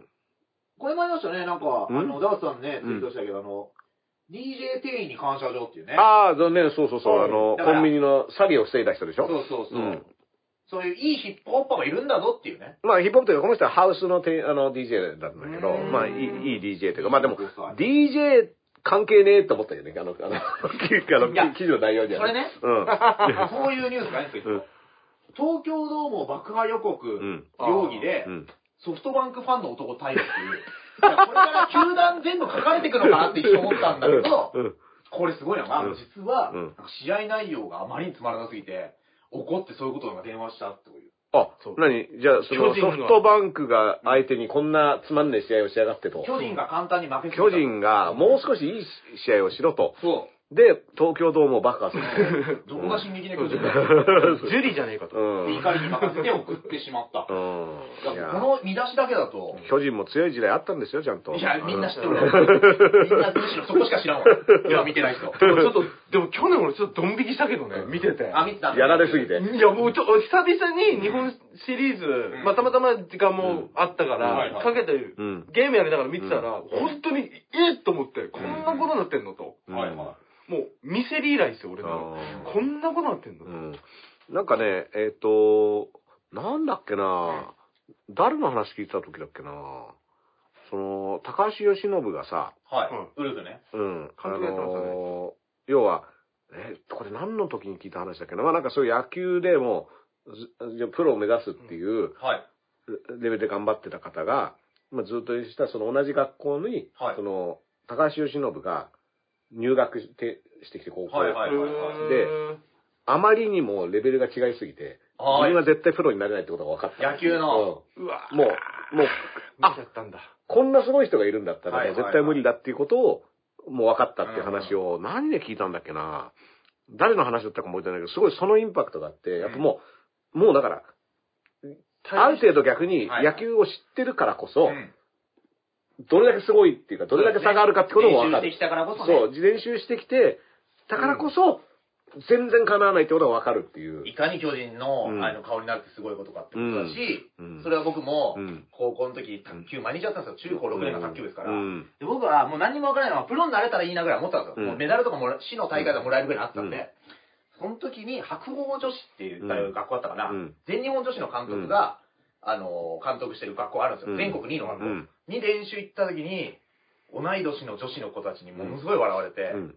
これもありましたね。なんか、あ
うん
の、ダースさんね、
う
ツ
ん
イートしたけど、あの、DJ 店員に感謝状っていうね。
ああ、そうね、そうそうそう、
うん
あの、
だから
コンビニの詐欺を防いだ人でし
そ
ょ
うそうそう。
うん
そういういいヒップホッパーがいるんだぞってい
[LAUGHS]
うね。
まあ、ヒップホップというか、この人はハウスのてあの DJ だったんだけど、
うん
まあ、いいいい DJ というか、まあでも
そうそう、
DJ 関係ねえって思ったよね、あの、 [LAUGHS] あの、あの
いや
記事の内容には。
それね
うん。
そういうニュースがあるんですけど、東京ドームを爆破予告
ん
容疑で
う、ん。
ソフトバンクファンの男逮捕っていう。いやこれから球団全部書かれていくのかなって一瞬思ったんだけど
う、ん。
これすごいのが、
うん
実は、
うん
なんか試合内容があまりにつまらなすぎて、怒ってそういうことが電話したという。
あ
そう、
なにじゃあ、その
巨人
ソ
が
フトバンクが相手にこんなつまんねえ試合をしやがってと。
巨人が簡単に負けすぎた
巨人がもう少しいい試合をしろと。 [LAUGHS]
そ
で、東京ドームを爆破する。
う。どこが進撃の巨人だ
ジュリーじゃねえかと
う。
[LAUGHS]
ん。
怒りに任せて送ってしまった。だ
うん。い
から
や、
この見出しだけだと、
巨人も強い時代あったんですよ、ちゃんと。
いや、みんな知っ
[LAUGHS]
てるわ。みんなむしろそこしか知らんわ。今見てない人。
でもちょっと、でも去年俺ちょっとドン引きしたけどね、見てて。
あ、見てたんだ
やられすぎて。
いや、もうちょ、久々に日本シリーズ、まあ、たまたま時間もあったか
はいは
ら、
い
かけて、
ん
ゲームやりながら見てたら、本当に、ええと思って、こんなことなってんのと。
はいは
もう、ミセリ以来ですよ、俺の。
あー
こんなことなってんの
うんなんかね、えっ、と、なんだっけな、誰の話聞いてた時だっけな、その、高橋由伸がさ、
い。はい
うん。
ウルフね。
うん、あ
監督やってましたね
のー要は、え、これ何の時に聞いた話だっけな、まあなんかそういう野球でも、ずプロを目指すっていう
はい。
レベルで頑張ってた方が、まあ、ずっとしたその同じ学校に、
はい
その、高橋由伸が入学してしてきて高校、
はいはいはいはい。
であまりにもレベルが違いすぎて、自
はい
分は絶対プロになれないってことが分かった。
野球の
うわ
う
ー
んもう、もう、
見ちゃったんだ。
こんなすごい人がいるんだったら、
はい
もう
はいは
絶
い
対無理だっていうことを、もう分かったっていう話を、何で聞いたんだっけな。誰の話だったかも覚えてないけど、すごいそのインパクトがあって、やっぱもう、もうだから、ある程度逆に
はい
野球を知ってるからこそ
う、ん
どれだけすごいっていうか、どれだけ差があるかってことも分かる
練習してき。たからこそね。
そう、練習してきて、だからこそ、全然叶わないってことが分かるっていう。
いかに巨人の、
うん
あの顔になるってすごいことかってことだし、
うん
それは僕も、
うん
高校の時、卓球毎日やってたんですよ。中高6年が卓球ですから。
うん
で僕はもう何にもわからないのは、プロになれたらいいなぐらい思ってたんですよ。
うん
もうメダルとかもら市の大会でもらえるぐらいあったんで、その時に白鵬女子っていう学校だったかな、
うん
全日本女子の監督が、あのー監督してる学校あるんですよ。
うん
全国2位の学校、
うん
に練習行った時に、同い年の女子の子たちにものすごい笑われて、
うん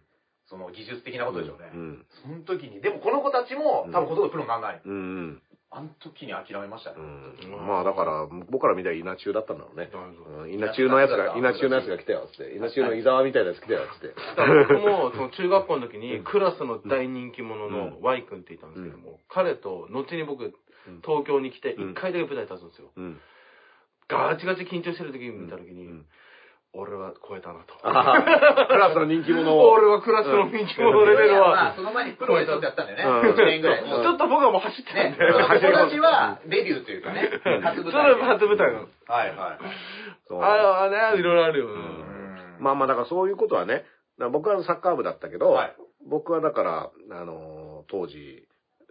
その技術的なことでしょうね。
うん
その時に、でもこの子たちも多分ほとんどプロにならない。
うん。
あの時に諦めましたね
う。んまあだから、僕らみたいに稲中だったんだろうね
なるほ。
うん稲中のやつが、稲
稲
中
中
のやつ
のやつ
が来たよ、つって。稲中の伊沢みたいなやつ来たよ、つって。
だから僕も、その中学校の時に、クラスの大人気者
う
の Y 君っていたんですけども、彼と、後に僕、東京に来て、
うん
一回だけ舞台立つんですよ。
うん。
ガチガチ緊張してる時に見た時
う
に
ん、
俺は超えたなと。
あははクラスの人気
[LAUGHS]
者を。
俺はクラスの人気者レベル
まあ
は。
その前にプロでちょっとやったんだよね。
うん
1年ぐらい。
ちょっと僕はもう走ってたん
ね、
で。
友達はデビューというかね、初
そ
舞
れ
台。
は初舞台なの。
はいはい。
そう
ああね、いろいろあるよね。
まあまあ、だからそういうことはね、だから僕はサッカー部だったけど
はい、
僕はだから、あのー、当時、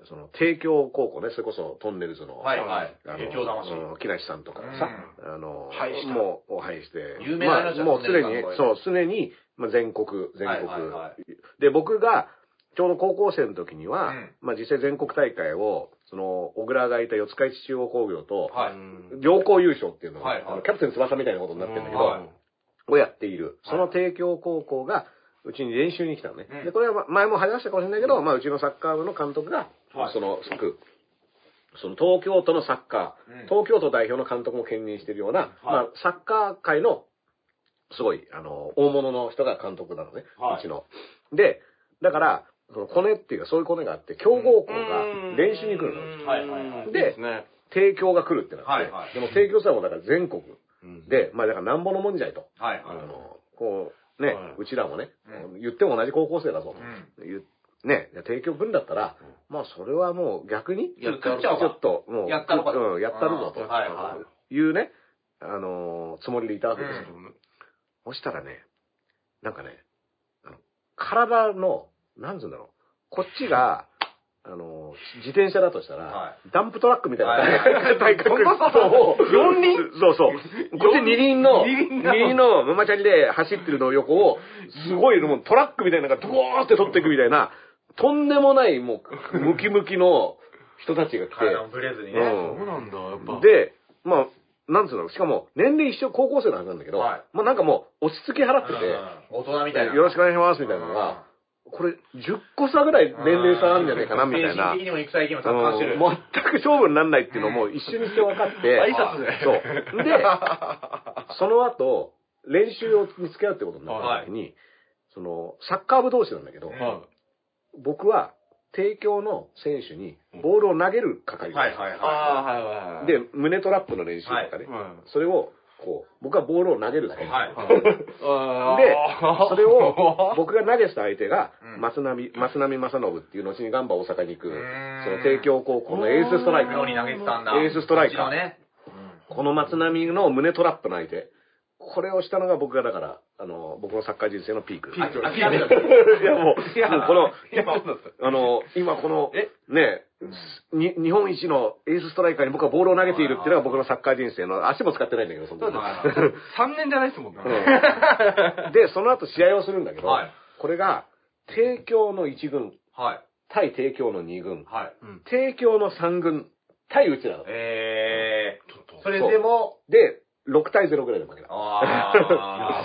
その、帝京高校ね、それこそトンネルズの、
はいはい
あの。
京京魂。
うん木梨さんとかさ、あの、
拝した
もう、お拝して。
有名な話だ
まあもう
ト
常
ンネル
に
さんの場合、
そう、常に、まあ、全国、全国、
はいはいはい
で、僕が、ちょうど高校生の時には、
うん
まあ実際全国大会を、その、小倉がいた四日市中央工業と、
はい。
両校優勝っていうのを、
はいはい
あのキャプテン翼みたいなことになってるんだけど、
はい
をやっている。
はい
その帝京高校が、うちに練習に来たのね。
うん
で、これはま前も話したかもしれないけど、まあ、うちのサッカー部の監督が、その、作、その東京都のサッカー、
うん
東京都代表の監督も兼任しているような、まあ、サッカー界の、すごい、あの、大物の人が監督なのね、
はいう
ちの。で、だから、そのコネっていうか、そういうコネがあって、強豪校が練習に来るの。
はいはいはい
で、いいですね。
提供が来るってなって、
はいはい
でも提供さんもだから全国
うん
で、まあだからなんぼのもんじゃいと。
はい
あ
はい。
の、こう、ね、
はいう
ちらもね、
う
言っても同じ高校生だぞ
う
と。言うね、で提供来るんだったら、まあそれはもう逆に、
やったろか
ちょっと、もう、
やったろか
うん、やったるぞと。
うんはいは
いうね、あのーつもりでいたわけですよ。
う
そしたらね、なんかね、あの体の、なんつうんだろう、こっちが、あのー自転車だとしたら、
は
ダンプトラックみたいな、
はいは
体格そう
四輪
そうそう。こっち二輪の、
二輪なの
二輪のママチャリで走ってるの横を、すごいもうトラックみたいなのがドーって取っていくみたいな、とんでもないもう、ムキムキの人たちが来て、
体もブレずにね。
うん
そうなんだ、やっぱ。、
で、まあ、なんつうの、しかも、年齢一緒高校生のはずなんだけど、
はい
まあなんかもう、落ち着き払ってて、
うん大人みたいな。
よろしくお願いしますみたいなのが、これ、10個差ぐらい年齢差あるんじゃないかな、みたいな。
精神的にも戦いにも
あ
達観
の
してる。
全く勝負にならないっていうのも一瞬にして分かって、
挨拶で。
そう。
[LAUGHS]
で、その後、練習を見つけ合うってことになった時に、その、サッカー部同士なんだけど、
うん
は
僕は、提供の選手にボールを投げる係
はいはい
い。
は
ああ、はいはいはい。
で、胸トラップの練習とかね、
うん、
それを、こう、僕はボールを投げるだけ。
い。はい。
で
で、
それ
[LAUGHS]
を、僕が投げした相手が
う、ん
松波、松波正信っていう後にガンバ大阪に行く
うーん、
その帝京高校のエースストライカ
妙に
ー。
投げてたんだ。
エースストライカー
うちのね。
この松波の胸トラップの相手。これをしたのが僕がだから、あの、僕のサッカー人生のピーク。
ピーク
あ諦めた。
いやもう、もうこの、今、あの、今この、ね、に日本一のエースストライカーに僕はボールを投げているっていうのが僕のサッカー人生の、足も使ってないんだけど、その時
はい
3年じゃないですもんね。
うんで、その後試合をするんだけど、
はい
これが、帝京の1軍、
はい。
対帝京の2軍、
はい。
帝京の3軍、対うちらだった
えー、そ
れ、
れでも、
で、6対0ぐらいで負けた。
あ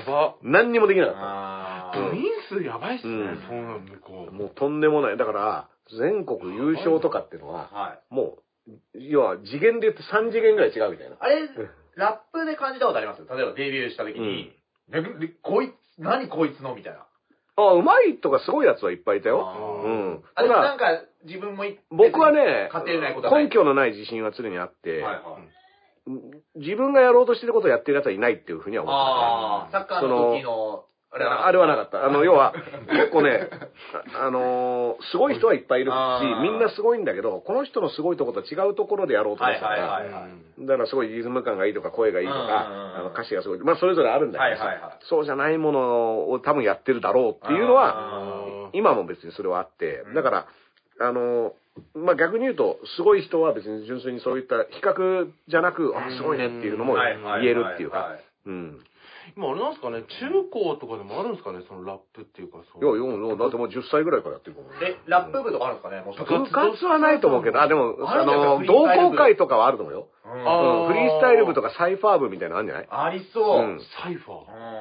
やば。
何にもできなかっ
あ
[LAUGHS]
部員数やばいっすね。
うん
そうなんだ、こ
た。
う。
もうとんでもない。だから、全国優勝とかっていうのは、
はい。
もう、要は次元で言って3次元ぐらい違うみたいな。
あれ、ラップで感じたことあります例えばデビューした時に、ででこいつ、何こいつのみたいな。
あ、うまいとかすごいやつはいっぱいいたよ。
あ
う
ー
ん。た
あでもなん
だ、
か、自分もい
僕はね、
勝てないことはない
根拠のない自信は常にあって、
はいはい。
自分がやろうとしてることをやってる奴はいないっていうふうには思ってた。
ああ、サッカーの時の、あ
あ
れ
れ
はな
はなかった。あの、要は、結構ね、ああのーすごい人はいっぱいいるし
あー、
みんなすごいんだけど、この人のすごいとことは違うところでやろうと思ってたから、
はいはい
だからすごいリズム感がいいとか、声がいいとか、
うんうんうん
あの歌詞がすごい、まあそれぞれあるんだけどさ、
はいはいはい
そうじゃないものを多分やってるだろうっていうのは、
あー
今も別にそれはあって
うん、
だから、あのーまあ逆に言うと、すごい人は別に純粋にそういった比較じゃなく、あ、すごいねっていうのも
は
言
いはいはいはい
えるっていうか、うん。
今、あれなんですかね、中高とかでもあるんですかね、そのラップっていうか、そ
いや、
う。
ようだってもう10歳ぐらいからやってるかもね。
え、ラップ部とかあるんですかねもしかして
部活はないと思うけど、あ、でも、
ある
あ
んだ
の、
フリー
同
スタイル部
好会とかはあると思うよ。
うん
う
あ
ん
ー
フリースタイル部とかサイファー部みたいなのあるんじゃない
ありそう。
うん
サイファー。あ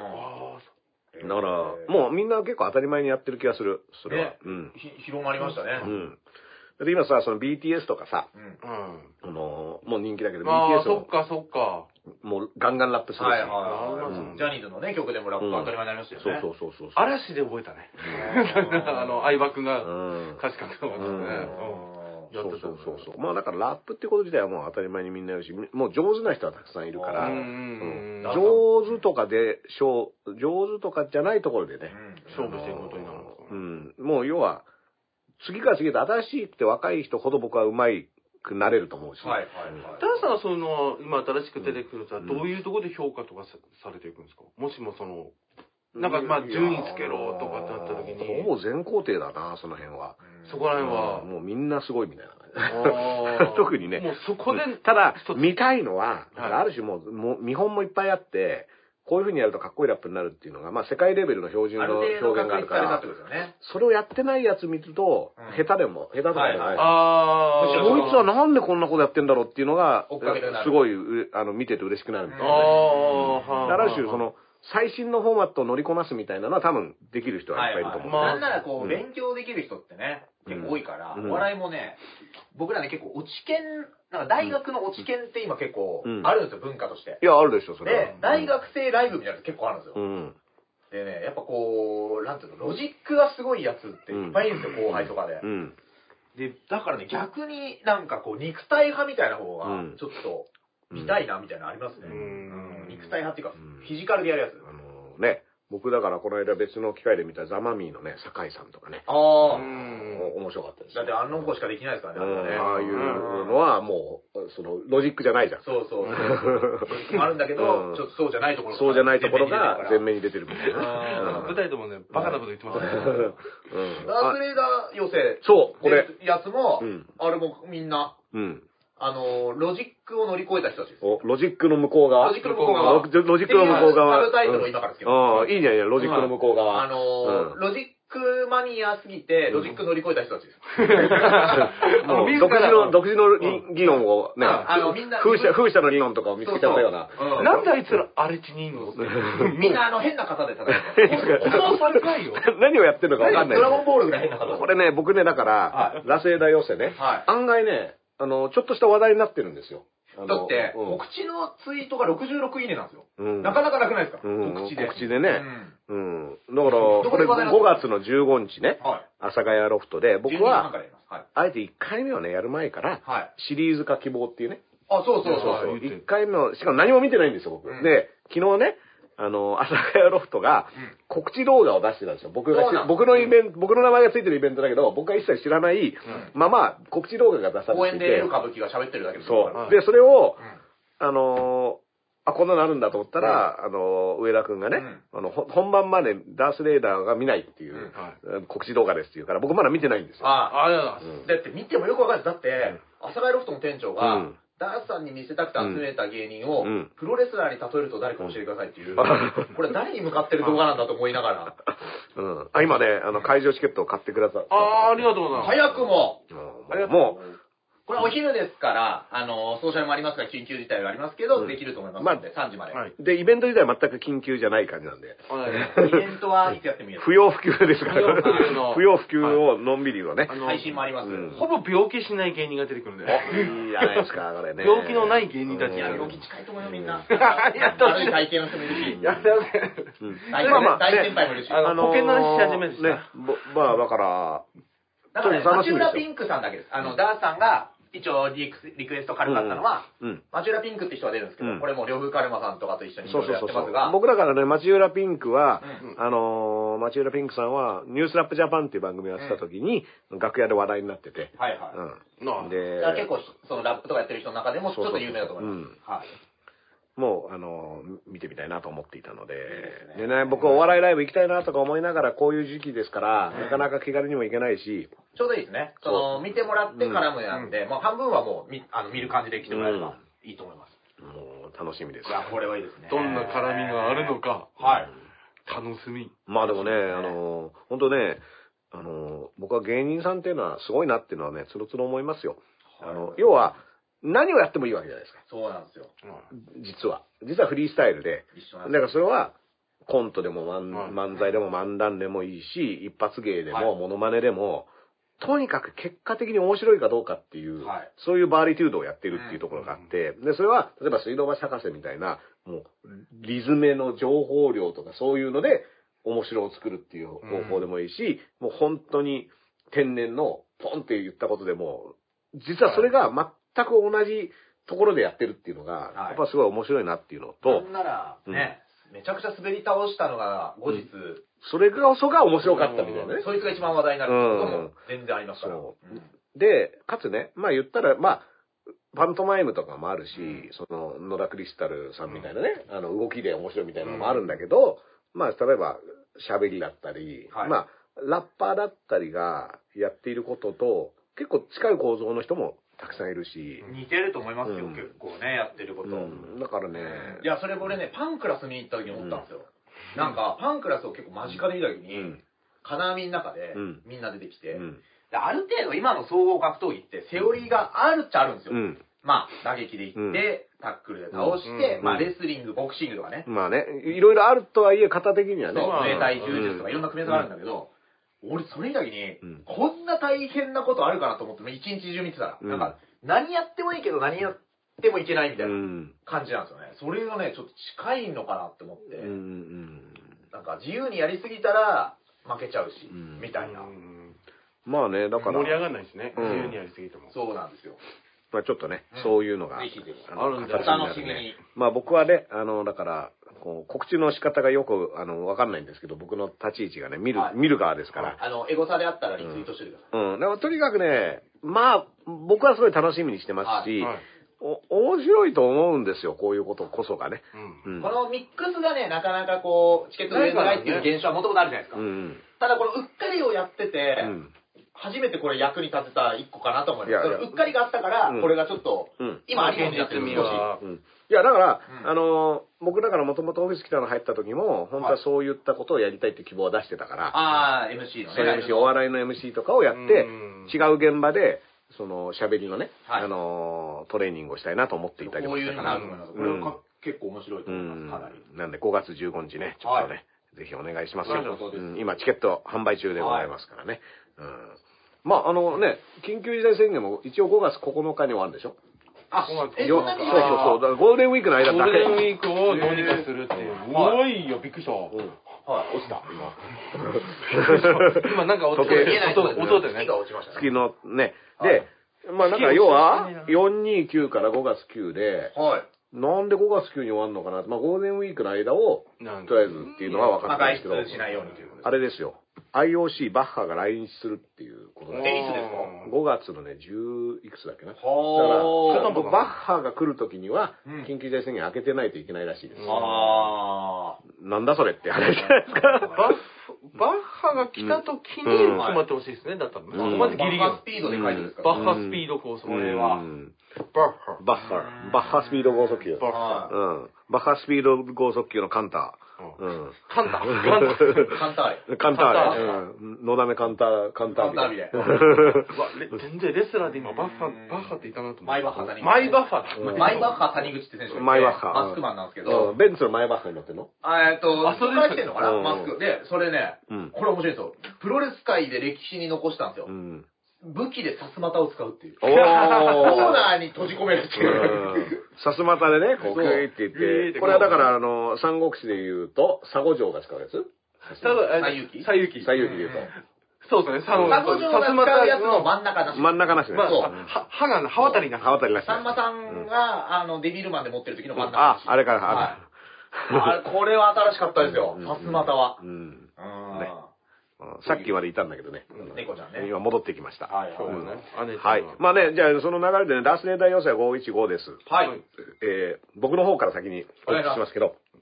だから、もうみんな結構当たり前にやってる気がする、それは
ね。
うん。
ひ広まりましたね。
うん。だって今さ、その BTS とかさ、
うん
あ。うん。
あのーもう人気だけど、
ああ、
BTS
そっ
を
かそっか。
もうガンガンラップするし。
はいはいはい、
うん
ジャニーズのね、曲でもラップ
うん
当たり前になりましたよ
そう
ね。
そうそうそう。
嵐で覚えたね。 [LAUGHS] あの、相葉くん
う
が
ん。
歌詞書くのがね。うん
うん
や
そ
って
う
た
そ
よ
う
ね
そうそう。まあだからラップってこと自体はもう当たり前にみんなやるし、もう上手な人はたくさんいるから、
う
うん
うん上手とかで、しょう上手とかじゃないところでね、
勝負していくことになるのか。
うん、もう要は、次から次へと新しいって若い人ほど僕はうまいくなれると思うし、
はいはいはい。
タラさんはその、今新しく出てくるさ、
ん
どういうところで評価とかさされていくんですかもしもその、なんかまあ順位つけろとかってなった時に
ほぼ全肯定だな、その辺は。
そこら辺は。
もうみんなすごいみたいな。
あー
[LAUGHS] 特にね
もうそこで、
ただ
一、つ
見たいのは、だ
は
か
い
らある種もう、もう見本もいっぱいあって、こういう風にやるとかっこいいラップになるっていうのが、まあ世界レベルの標準
ある
の
程度
表現があるか
確立されたっ
ら
て、ことですよね。
それをやってないやつ見ると
うん、
下手でも、下手とかでも
はいはい
あ
むし
あ、
ろ
こいつはなんでこんなことやってんだろうっていうのが
追っかけたくなる、
すごい、うあの、見てて嬉しくなるみた
あ
いな。
あ、は
ある種、そ、の、最新のフォーマットを乗りこなすみたいなのは多分できる人はいっぱいいると思う。
まあ
なんならこ
うん
う、勉強できる人ってね、結構多いから、
うん
お笑いもね、僕らね結構落ち研、なんか大学の落ち研って今結構
うん
あるんですよ、文化として。
いや、あるでしょ、それは。
で、大学生ライブみたいなの結構あるんですよ
う。ん。
でね、やっぱこう、なんていうの、ロジックがすごいやつっていっぱいいるんですよ、後輩とかで
う。ん。
で、だからね、逆になんかこう、肉体派みたいな方が
うん、
ちょっと、見たいなみたいなのありますね。
ん
うん肉体派っていうか
うん、
フィジカルでやるやつ。
あのね、僕だからこの間別の機会で見たザマミーのね、酒井さんとかね、
あ
お面白かったです。
だってあの子しかできないですからね、あんな
うん
ね
ああいうのはもう、その、ロジックじゃないじゃん。
そうそうそう。あるんだけ
う
ど
ん、
ちょっとそうじゃないところ
そうじゃないところが
全
前面
面
に出てるみたい
あ
なん
な
か。舞台でもね、バカなこと言ってますね。
うん
ダー
あ
クレーダー寄せ。
そう、これ。
やつも
うん、
あれもみんな、
うん。
あの、ロジックを乗り越えた人たちです。
おロジックの向こう側。
ロジックの向こう側
ロジロジックの向こう側。
サブタイトルを今からつけま
うん
す
うんいいね、いいね、ロジックの向こう側。
あのー
うん
ロジックマニアすぎて、ロジック乗り越えた人たちです。
もう
自
独自
ら
の、独自のり議論をね、
あのみんな
風車、風車の理論とかを見つけちゃったような。
そうそううん
なんであいつら荒れ地にいんの
みんなあの変な方
[LAUGHS]
で戦
お
う。
父されないよ。
何をやってるのかわかんな
ド
い。
ラゴンボールぐらい変な方
これね、僕ね、だから
は、
ラセーダ寄せね
は、い
案外ね、あの、ちょっとした話題になってるんですよ。あの
だって、
うん
告知のツイートが66いいねなんですよ。
うん
なかなかなくないですか、
うん
告知で。
告知でね
うん
うん。だから、
ど
こ
こ
れ5
で話題になった
月の15日ね、
は
阿佐ヶ谷ロフトで、
い。
僕
12時半
は、
からやります。はい。
あえて1回目をね、やる前から、
はい。
シリーズ化希望っていうね、
あ、そうそう
そう
そ
そうう
そ
そうう。。
言って
一回目を、しかも何も見てないんですよ、僕。
うん
で、昨日ね、あの、阿佐ヶ谷ロフトが
うん
告知動画を出してたんですよ。僕が
そうなん、だ
僕のイベント、僕の名前がついてるイベントだけど、僕が一切知らない、まあまあ、告知動画が出さ
公
れて
演
い
で
て
エル。歌舞伎が喋ってるだけです
そ
から
う。で、それを、あのーあ、こんなのあるんだと思ったら、あのー上田くんがね、あの、ほ本番までダースレーダーが見ないっていう、告知動画ですっていうから、僕まだ見てないんですよ。
あ
あれだ
う
な。
あ、
ん
だって見てもよくわかんないです。だって、阿佐ヶ谷ロフトの店長
う
が
ん、
ダースさんに見せたくて集めた芸人
う
を
ん、
プロレスラーに例えると誰か教えてくださいっていう
う、
これ誰に向かってる動画なんだと思いながら、
うん。あ、今ね、あの、会場チケットを買ってくださった。
あー、ありがとうございます。
早くも、
うん
ありがとう
もう、
これお昼ですから、あの、ソーシャルもありますから、緊急事態はありますけ
うん
ど、できると思いますので、3時まで。
はい。
で、イベント自体は全く緊急じゃない感じなんで、
はい
イベントはいつやってもいいで
[LAUGHS]
す
不。要不急ですから
不要不急、の
不要不急をのんびりはね
あ、の
配信もあります。
うん
ほぼ病気しない芸人が出てくるんで。
いいじゃないですか、これね。
病気のない芸人たち
いや、
うん
病気近いと思うよ、みんな。 [LAUGHS]
やった
悪い体型の人もいるし。
やったよね。
うん
大
まあまあ
大先輩もいるし。
あの
だ
保険の話し始めるし
ね。ぼまあ、だから、
からね、
ちょっと楽
町
しみですよ
浦ピンクさんだけです。あの、ダーさんが、一応リクリクエスト軽かったのは、
うん。
町浦ピンクって人が出るんですけ
うん
ど、これもう両風カルマさんとかと一緒にい
そう
ろい
そうそ
ろやっ
う
て
そ
ます
う
が、。
僕だからね、町浦ピンクは、
うん
あのー、町浦ピンクさんは、ニュースラップジャパンっていう番組をやってた時に、楽屋で話題になってて、
はいはい。
うん。で
だから、結構、そのラップとかやってる人の中でも、ちょっと有名だと思います。
そう
はい。
もう、あのー、見てみたいなと思っていたので、
いです
で
ね
ね、僕お笑いライブ行きたいなとか思いながら、こういう時期ですから、なかなか気軽にも行けないし、
ちょうどいいですね。その、見てもらってからもなんで、まあ半分はもう、みあの見る感じで来てもらえればいいと思います。
もう楽しみです
い。や、これはいいですね。
どんな絡みがあるのか、
はい。
楽しみ。
まあでもね、あのー、本当ね、あのー、僕は芸人さんっていうのはすごいなっていうのはね、つろつろ思いますよ。あの、要は、何をやってもいいわけじゃないですか。
そうなんですよ。
実は。実はフリースタイルで。
一緒
だ
な
か
んです
ら
よ。
それは、コントでも漫,、
はい
漫才でも漫談でもいいし、一発芸で
は
も、
い
モノマネでも、とにかく結果的に面白いかどうかっていう、
はい
そういうバーリテュードをやってるっていうところがあって、で、それは、例えば水道橋博士みたいな、もう、リズメの情報量とかそういうので、面白を作るっていう方法でもいいし、もう本当に天然のポンって言ったことでも、実はそれが全く同じところでやってるっていうのが、
はい
やっぱすごい面白いなっていうのと、
なんなら、ね、めちゃくちゃ滑り倒したのが、後日、
それが、そが面白かったみたいなね。
そいつが一番話題になることも全然ありますから。
そう
うん
で、かつね、まあ言ったら、まあ、パントマイムとかもあるし、
うん
その、野田クリスタルさんみたいなね、あの、動きで面白いみたいなのもあるんだけど、まあ、例えば、喋りだったり、
はい
まあ、ラッパーだったりがやっていることと、結構近い構造の人もたくさんいるし、
似てると思いますよ、
うん
結構ね、やってること。
うんだからね、
いや、それこれね、パンクラス見に行った時に思ったんですよ。なんか、パンクラスを結構間近で見た時
う
に
ん、
金網の中で
うん、
みんな出てき
う
て、
ん、
である程度今の総合格闘技ってセオリーがあるっちゃあるんですよ。
うん、
まあ、打撃でいって、
うん
タックルで倒して、
うん
まあ、レスリング、ボクシングとかね、
まあね、いろいろあるとはいえ、型的には
そ
ね。
う、
ね
生体柔術とかいろんな組み合わせがあるんだけど、俺それ以外
うん
に、こんな大変なことあるかなと思って、一日中見てたら、
うん。
なんか、何やってもいいけど何やってもいけないみたいうなん感じなんですよね。それがね、ちょっと近いのかなって思って、
うんうん
なんか自由にやりすぎたら負けちゃうし、
うん
みたいな。
まあね、だから
盛、り上がんないですね。
うん
自由にやりすぎても。
そうなんですよ。
まあちょっとね
うん、
そういうのが、
ぜひぜひ
あ
あ
の
るん
形
だ
にな
お楽し
る
み
ね
に。
まあ僕はね、あの、だから、こう告知の仕方がよく、あの、わかんないんですけど、僕の立ち位置がね、見る
は、い
見る側ですから。
あの、エゴサであったらリツイートしてください。
うん。でもとにかくね、まあ、僕はすごい楽しみにしてますし、
はい。
お面白いと思うんですよ、こういうことこそがね。
うん
う。ん。
このミックスがね、なかなかこう、チケット売れてないっていう現象はもともとあるじゃないですか。
うん。
ただこのうっかりをやってて、
うん。
初めてこれ役に立てた一個かなと思いま
いや
す。
いや
そのうっかりがあったから、
うん
これがちょっと、
うん
今ありがになってる
現
少し
実味。は
うんいや、だから、
うん
あの、僕だからもともとオフィス来たの入った時も、本当はそういったことをやりたいって希望を出してたから、
ああ、MC の
そういう
ね。
MC、お笑いの MC とかをやって、
うん
違う現場で、その、喋りのね、
はい
あの、トレーニングをしたいなと思っていたり
こ
も
う
し
いう
た
の
か
があ
ら
ると思います。。こ
う
れは
ん
か結構面白いと
う
思います、
ん
かなり。
なんで5月15日ね、ちょっとね、
は
ぜひお願いします
はい
よ、
そうです
うん今、チケット販売中でございますからね。うんまあ、あのね、緊急事態宣言も一応5月9日に終わるんでしょ
あ
そうなん、です
え、
よ
そんな
そう
に
そうそう。だからゴールデンウィークの間
ゴー
だけ。
ルデンウィークをどうにかするっていう。すごいよ、びっくりした。
はい、落ちた。
今なんか音
時計
音音音で
月
ね。
が落ちました
月
ね。
のね。
は
で
い、
まあなんか要は、429から5月9で、
はい。
なんで5月9に終わるのかなまあゴールデンウィークの間を、
なん
とりあえずっていうのは分
ま
か
あ、
ってるんで
外
すけど、
出しないようにということです。
あれですよ。IOC バッハが来日するっていうことで、
えいつですか
5月のね、10いくつだっけな。だから、
は
だから
僕バッハが来るときには
うん、
緊急事態宣言開けてないといけないらしいです。
うん
あ
なんだそれって話じゃないですか。
バッフバッハが来た時に
うん
止まってほしいですね。だったらね。
う
そ
ん
こ
ー。
までギリギリ。
バッハ
バ
スピードで書いてるんですか
ッハスピード高速。
う。ん
バッハ。
バッハ、バッハスピード剛速球。うん。
バッ
は
ハ。
バッハスピード剛速球のカンター。うん。
カンタ。カンタ。
い。
[LAUGHS] カン
簡単。
ター
カンタ
で。うん。のだめカンター、カンタービレ。
カンタ
うわレ全然レスラーで今バッハ、バッハっていたなと思って。
マイバッハ谷口
マイバッハだ
うん
マイバッハ谷口って選手がいて、
マイバッハ
マスクマンなんですけ
う
ど
ん、ベンツの前バッハに乗ってんの
あえっと、
あそれ
紹介してんのかな、
うん
マスク。で、それね、
うん
これ面白いですよ。プロレス界で歴史に残したんですよ。
ん。
武器でさすまたを使うっていう。
お
コ
ー
ーナーに閉じ込めるっていう。
さすまたでね、こう、
そ
グ
う
イって
グイ
言
ー
っ、
ってて
これはだから、あの、三国志で言うと、佐護城が使うやつ
ただ、
西遊記
最遊記。
西遊記で言う
そうですね、サ
サゴジョウが使うやつの真ん中だ
と。
し。
真ん中なしね。
まあ、
そう
は歯がな、歯渡りな。
刃渡りなしね。
さんまさんが、あの、デビルマンで持ってる時の真ん中だ
あ
し。、
あれか
は
ら、
い。あこれは新しかったですよ
う。ん
さすまたは
う。ん。
うん
ねうんさっきまでいたんだけどね。
猫ちゃんね
今戻ってきました。
はい
そうですね。姉ちゃん
はい。まあね、じゃあその流れでね、ラス年代予選は515です。
はい。
えー僕の方から先にお聞きしますけど、えー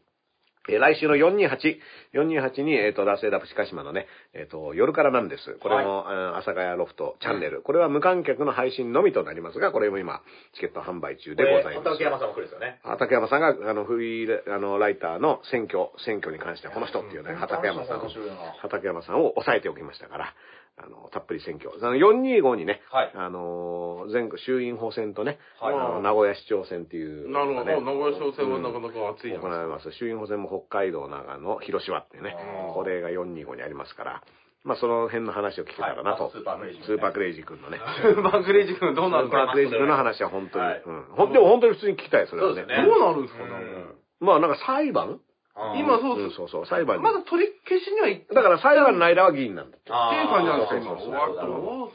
来週の428、428に、えっ、と、ラスエダプシカシマのね、えっ、と、夜からなんです。これも、うん朝ヶ谷ロフトチャンネル。これは無観客の配信のみとなりますが、これも今、チケット販売中でございます。
畠山さんも来るんですよね。
畠山さんが、あの、フリーラあの、ライターの選挙、選挙に関してはこの人っていうね、畠山さんを
面白いな。
畠山さんを抑えておきましたから、あの、たっぷり選挙。あの、425にね、
はい
あのー、全国衆院補選とね、
はい
あの名古屋市長選っていう、
なるほど、
ね
名古屋商戦はなかなか熱い
行
な。
われます。衆院補選も北海道、長野、広島っていうね
あ、ー
これが425にありますから、まあその辺の話を聞けたらなと。
はいスーパークレイジー
ス
君
ーパークレイジー君のね。
バグレイジ君どう
ス
なる
ー
ん
パ
だ
ークレイジー君の話は本当に、
はい
うんほん。でも本当に普通に聞きたい、それはね。
そうですね
どうなるんですかね。
まあなんか裁判
うん
今そ
う
うで
ん
す。
そうそう、裁判に
まだ取り消しにはいって
だから裁判の間は議員なんだって。
あー
いう感じなんですよ、
そ
今。
う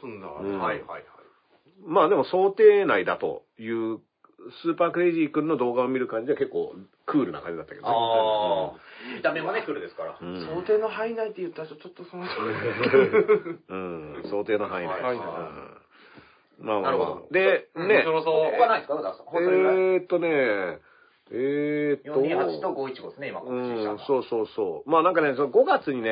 そうそう
終わ
う
ったらどうすんだ。
ん
はいはいはい。
まあでも想定内だという、スーパークレイジー君の動画を見る感じは結構クールな感じだったけどね。
ああ。見た目もね、来るですから。
う
は
ん
想定の範囲内って言ったらちょっと
[LAUGHS]
その、
うん、想定の範囲内。
は
う
い
んまあまあ
なる
ま
ほ
あ。で、ね、
面白そう。
他ないですかダーさん。本当にぐら
え
い
ーっとね、えーえっと、
428と515ですね、今、
う
告知したの
ん
が、
そうそうそう。まあなんかね、その5月にね、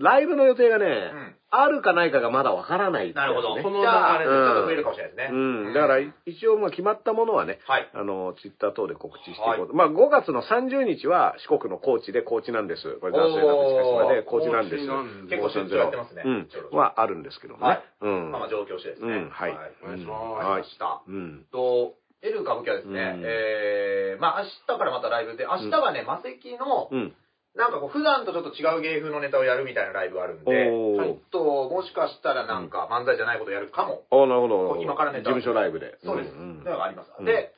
ライブの予定がね、
ん
あるかないかがまだわからない、
なるほど。
ね
そ
そ
の
の
流れで
流れで
ちょっと増えるかもしれないですね。
うん。だから、一応、まあ決まったものはね、
はい。
あの、ツイッター等で告知していこうと。まあ、5月の30日は四国の高知で高知なんです。これ男性なんですけど、で高知なんです。
結構出張やってますね。
うん
ちょう。ど
はあるんですけどもね。
はい
うん。
まあまあ状況してですね。
うんはい
お願いし
わかり
ま
ました。
うん。
と、エル歌舞伎はですね、
うん
えー、まあ明日からまたライブで、明日はね、マセキの、
うん。
なんかこう、普段とちょっと違う芸風のネタをやるみたいなライブがあるんで、
おー
ちょっと、もしかしたらなんか漫才じゃないことやるかも。
あなるほど。
今からね
事務所ライブで。
そうです。
んん
のがあります。
うん
で、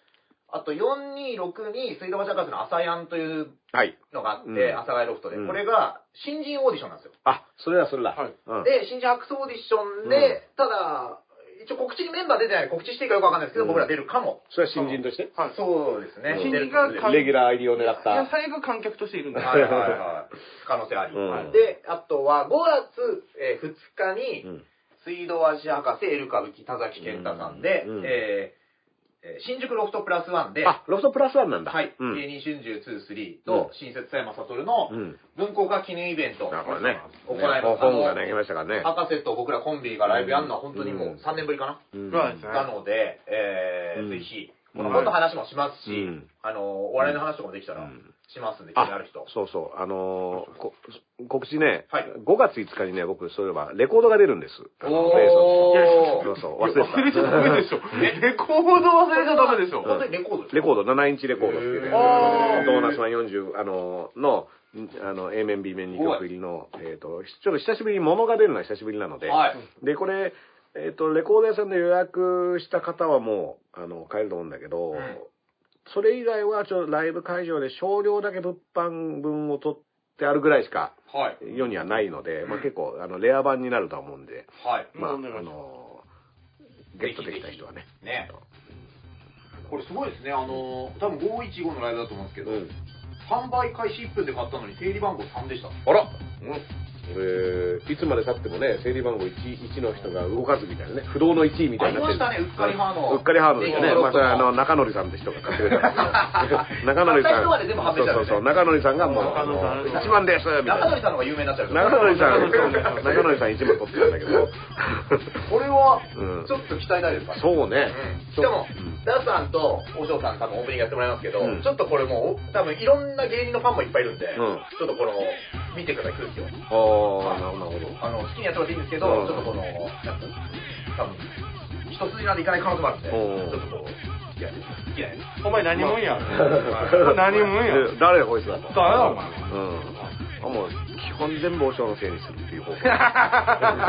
あと426に水道橋博士の朝やんという
はい。
のがあって、
うん
朝佐ヶ谷ロフトで、
うん
これが新人オーディションなんですよ。
あ、それだ、それだ。
はい
うん。
で、新人発掘オーディションで、ただ、一応告知にメンバー出てない告知していいかよくわかんないですけど、
うん
僕ら出るかも。
それは新人として
はい
そうですね。
新人
出
が
る
はい
レギュラー入りを狙っ
す。いや、
た。
最後観客としているんです
はいはいはい。可能性あり。
うん
で、あとは5月、えー2日に、
うん
水道橋博士、エル歌舞伎、田崎健太さんで、
うん
えーえー新宿ロフトプラスワンで、
あ、ロフトプラスワンなんだ。
はい、
うん
芸人春秋2、3
う
と
ん、
新設佐山悟の
うん。
文庫化記念イベントを
あ、これね。
行います。
本が
あの
ね、来ましたからね。
博士と僕らコンビがライブやるのは本当にもう3年ぶりかな。
うん
そうですね
なので、え
う
ー、
ん
ぜひ、
う
こ
ん
の本の話もしますし、
うん
あの、お笑いの話とかもできた
う
ら
ん
しますんで、気
あ
になる人。
そうそう。あのーこ告知ね、
はい
5月5日にね、僕、そういえば、レコードが出るんです。あの
おー
ベースの
いやいや
そうそう、忘
忘
れ
れ
て
ちゃ
[LAUGHS]
ダメでしょ。レコード忘れちゃダメでしょ。
本当にレコードです
た。レコード、7インチレコードっていうね、
へー
ドーナツマン40、あのーの、あの、A 面、B 面2曲入りの、えっ、と、ちょっと久しぶりに物が出るのは久しぶりなので、
はい。
で、これ、えっ、と、レコード屋さんで予約した方はもう、あの、買えると思うんだけど、
うん
それ以外は、ちょっとライブ会場で少量だけ物販分を取ってあるぐらいしか、
はい。
世にはないので、
うん
まあ、結構あのレア版になるとは思うんで、
はい。
うん
まあ、あ
お願いします
のゲットできた人はね。
ね。これすごいですね。あの、多分515のライブだと思うんですけど、
うん
販売開始1分で買ったのに定理番号3でした。
あら、これいつまで経ってもね、整理番号 1, 1の人が動かずみたいなね、不動の1位みたいになってる
ありましたねうっかりハード
うんうっかりハードですよね。
うん
まあ、それはあの、中則さんって人が買ってく [LAUGHS] れたんですけど中則
買
さ
った
ん。
人まで全部判
そ
明
う
したん
そう
ですね
そう、中則さんがもう、
中則さん
1番ですみたい
中
な。
森さんの方が有名になっちゃうから
中則さん、
中
中
則さん
則さん1番取ってたんだけど、
これは、
うん
ちょっと期待大ですか
[LAUGHS] そうね。
うんしかも
うん、
ダーさんとお嬢さん多分オープニングやってもらいますけど、
うん
ちょっとこれもう、多分いろんな芸人のファンもいっぱいいるんで、
ん
ちょっとこの、見てください、空気を。
ああ、なるほど。
あの、好きにやってもらっていいんですけど、
うん
ちょっとこの、なんか多分、一筋縄でいかない可能性もあるんで、ち
うん
ょっとこう、いや、好きなやつ。
お前何もんや。
はい
何もんや。
で誰がこいつだと。
誰だお前
うん。あもう、基本全部お尚のせいにするっていう方法。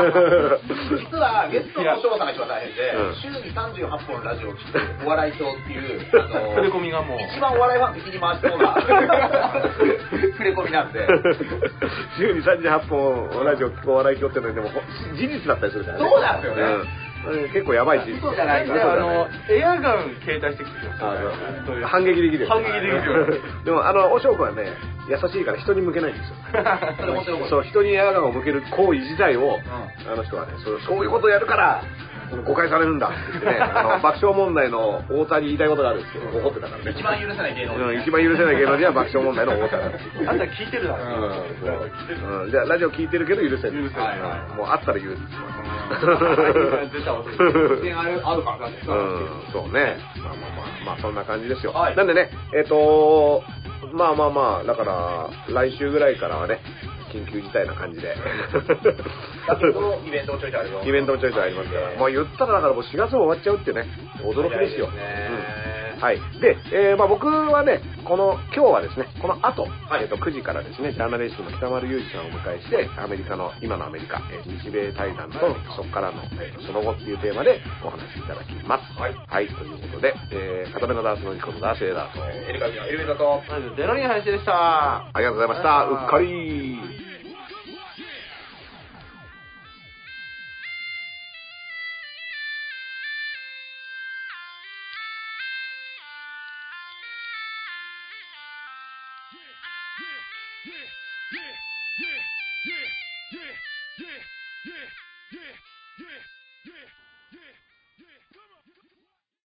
実はゲストの翔さんが一番大変で、
うん
週に38本ラジオを聴くお笑い賞っていう、
[LAUGHS]
触れ
あ
込
の、
みがもう。
一番お笑いファン的に回してそうな触れ込みなんで。
週に38本ラジオ聞くお笑い教ってのはでもほ事実だったりするからね。
そうなんですよね
うん。結構やばいし。
嘘じゃない
嘘
で、
だ
あ
ね
の、エアガン携帯してきてください
あ
そういう
の反撃できるよ
反撃できるよ。
[LAUGHS] でもあのおしょうくんはね優しいから人に向けないんですよ
それ本当に思う
そう人にエアガンを向ける行為自体を、あの人はねそうそういうことをやるから誤解されるんだって言ってねあの爆笑問題の太田に言いたいことがあるんですけど怒ってたからね
一番許せない芸能
うん
人。
一番許せない芸能人は爆笑問題の太田なんですよ
[LAUGHS] あんた聞いてるだろ。
うん、じゃあラジオ聞いてるけど許せない
許せない
うんもうあったら [LAUGHS] 言う
絶対忘
全然合うから
う
ね。
ん、そうね。まあまあまあ、まあそんな感じですよ。
はい
なんでね、えっ、とまあまあまあ、だから、来週ぐらいからはね、緊急事態な感じで。
だけど、イベントもちょいちょいある
[LAUGHS]
よ。
イベントもちょいちょいありますから。もう言ったらだからもう4月も終わっちゃうってね、驚きですよ。
早いですね
うんはい。で、えーまあ僕はね、この、今日はですね、この後、
い
えっ、と、9時からですね、ジャーナリストの北丸裕二さんをお迎えして、アメリカの、今のアメリカ、えー日米対談と、そこからの、えーその後っていうテーマでお話しいただきます。
はい
ということで、えー、片目のダースのニコのダースエーダーと、
エルカビのエルベザと、
まずゼロ人配信でした。
ありがとうございました。うっかり。
Yeah, yeah, yeah, yeah, yeah, yeah, yeah, yeah.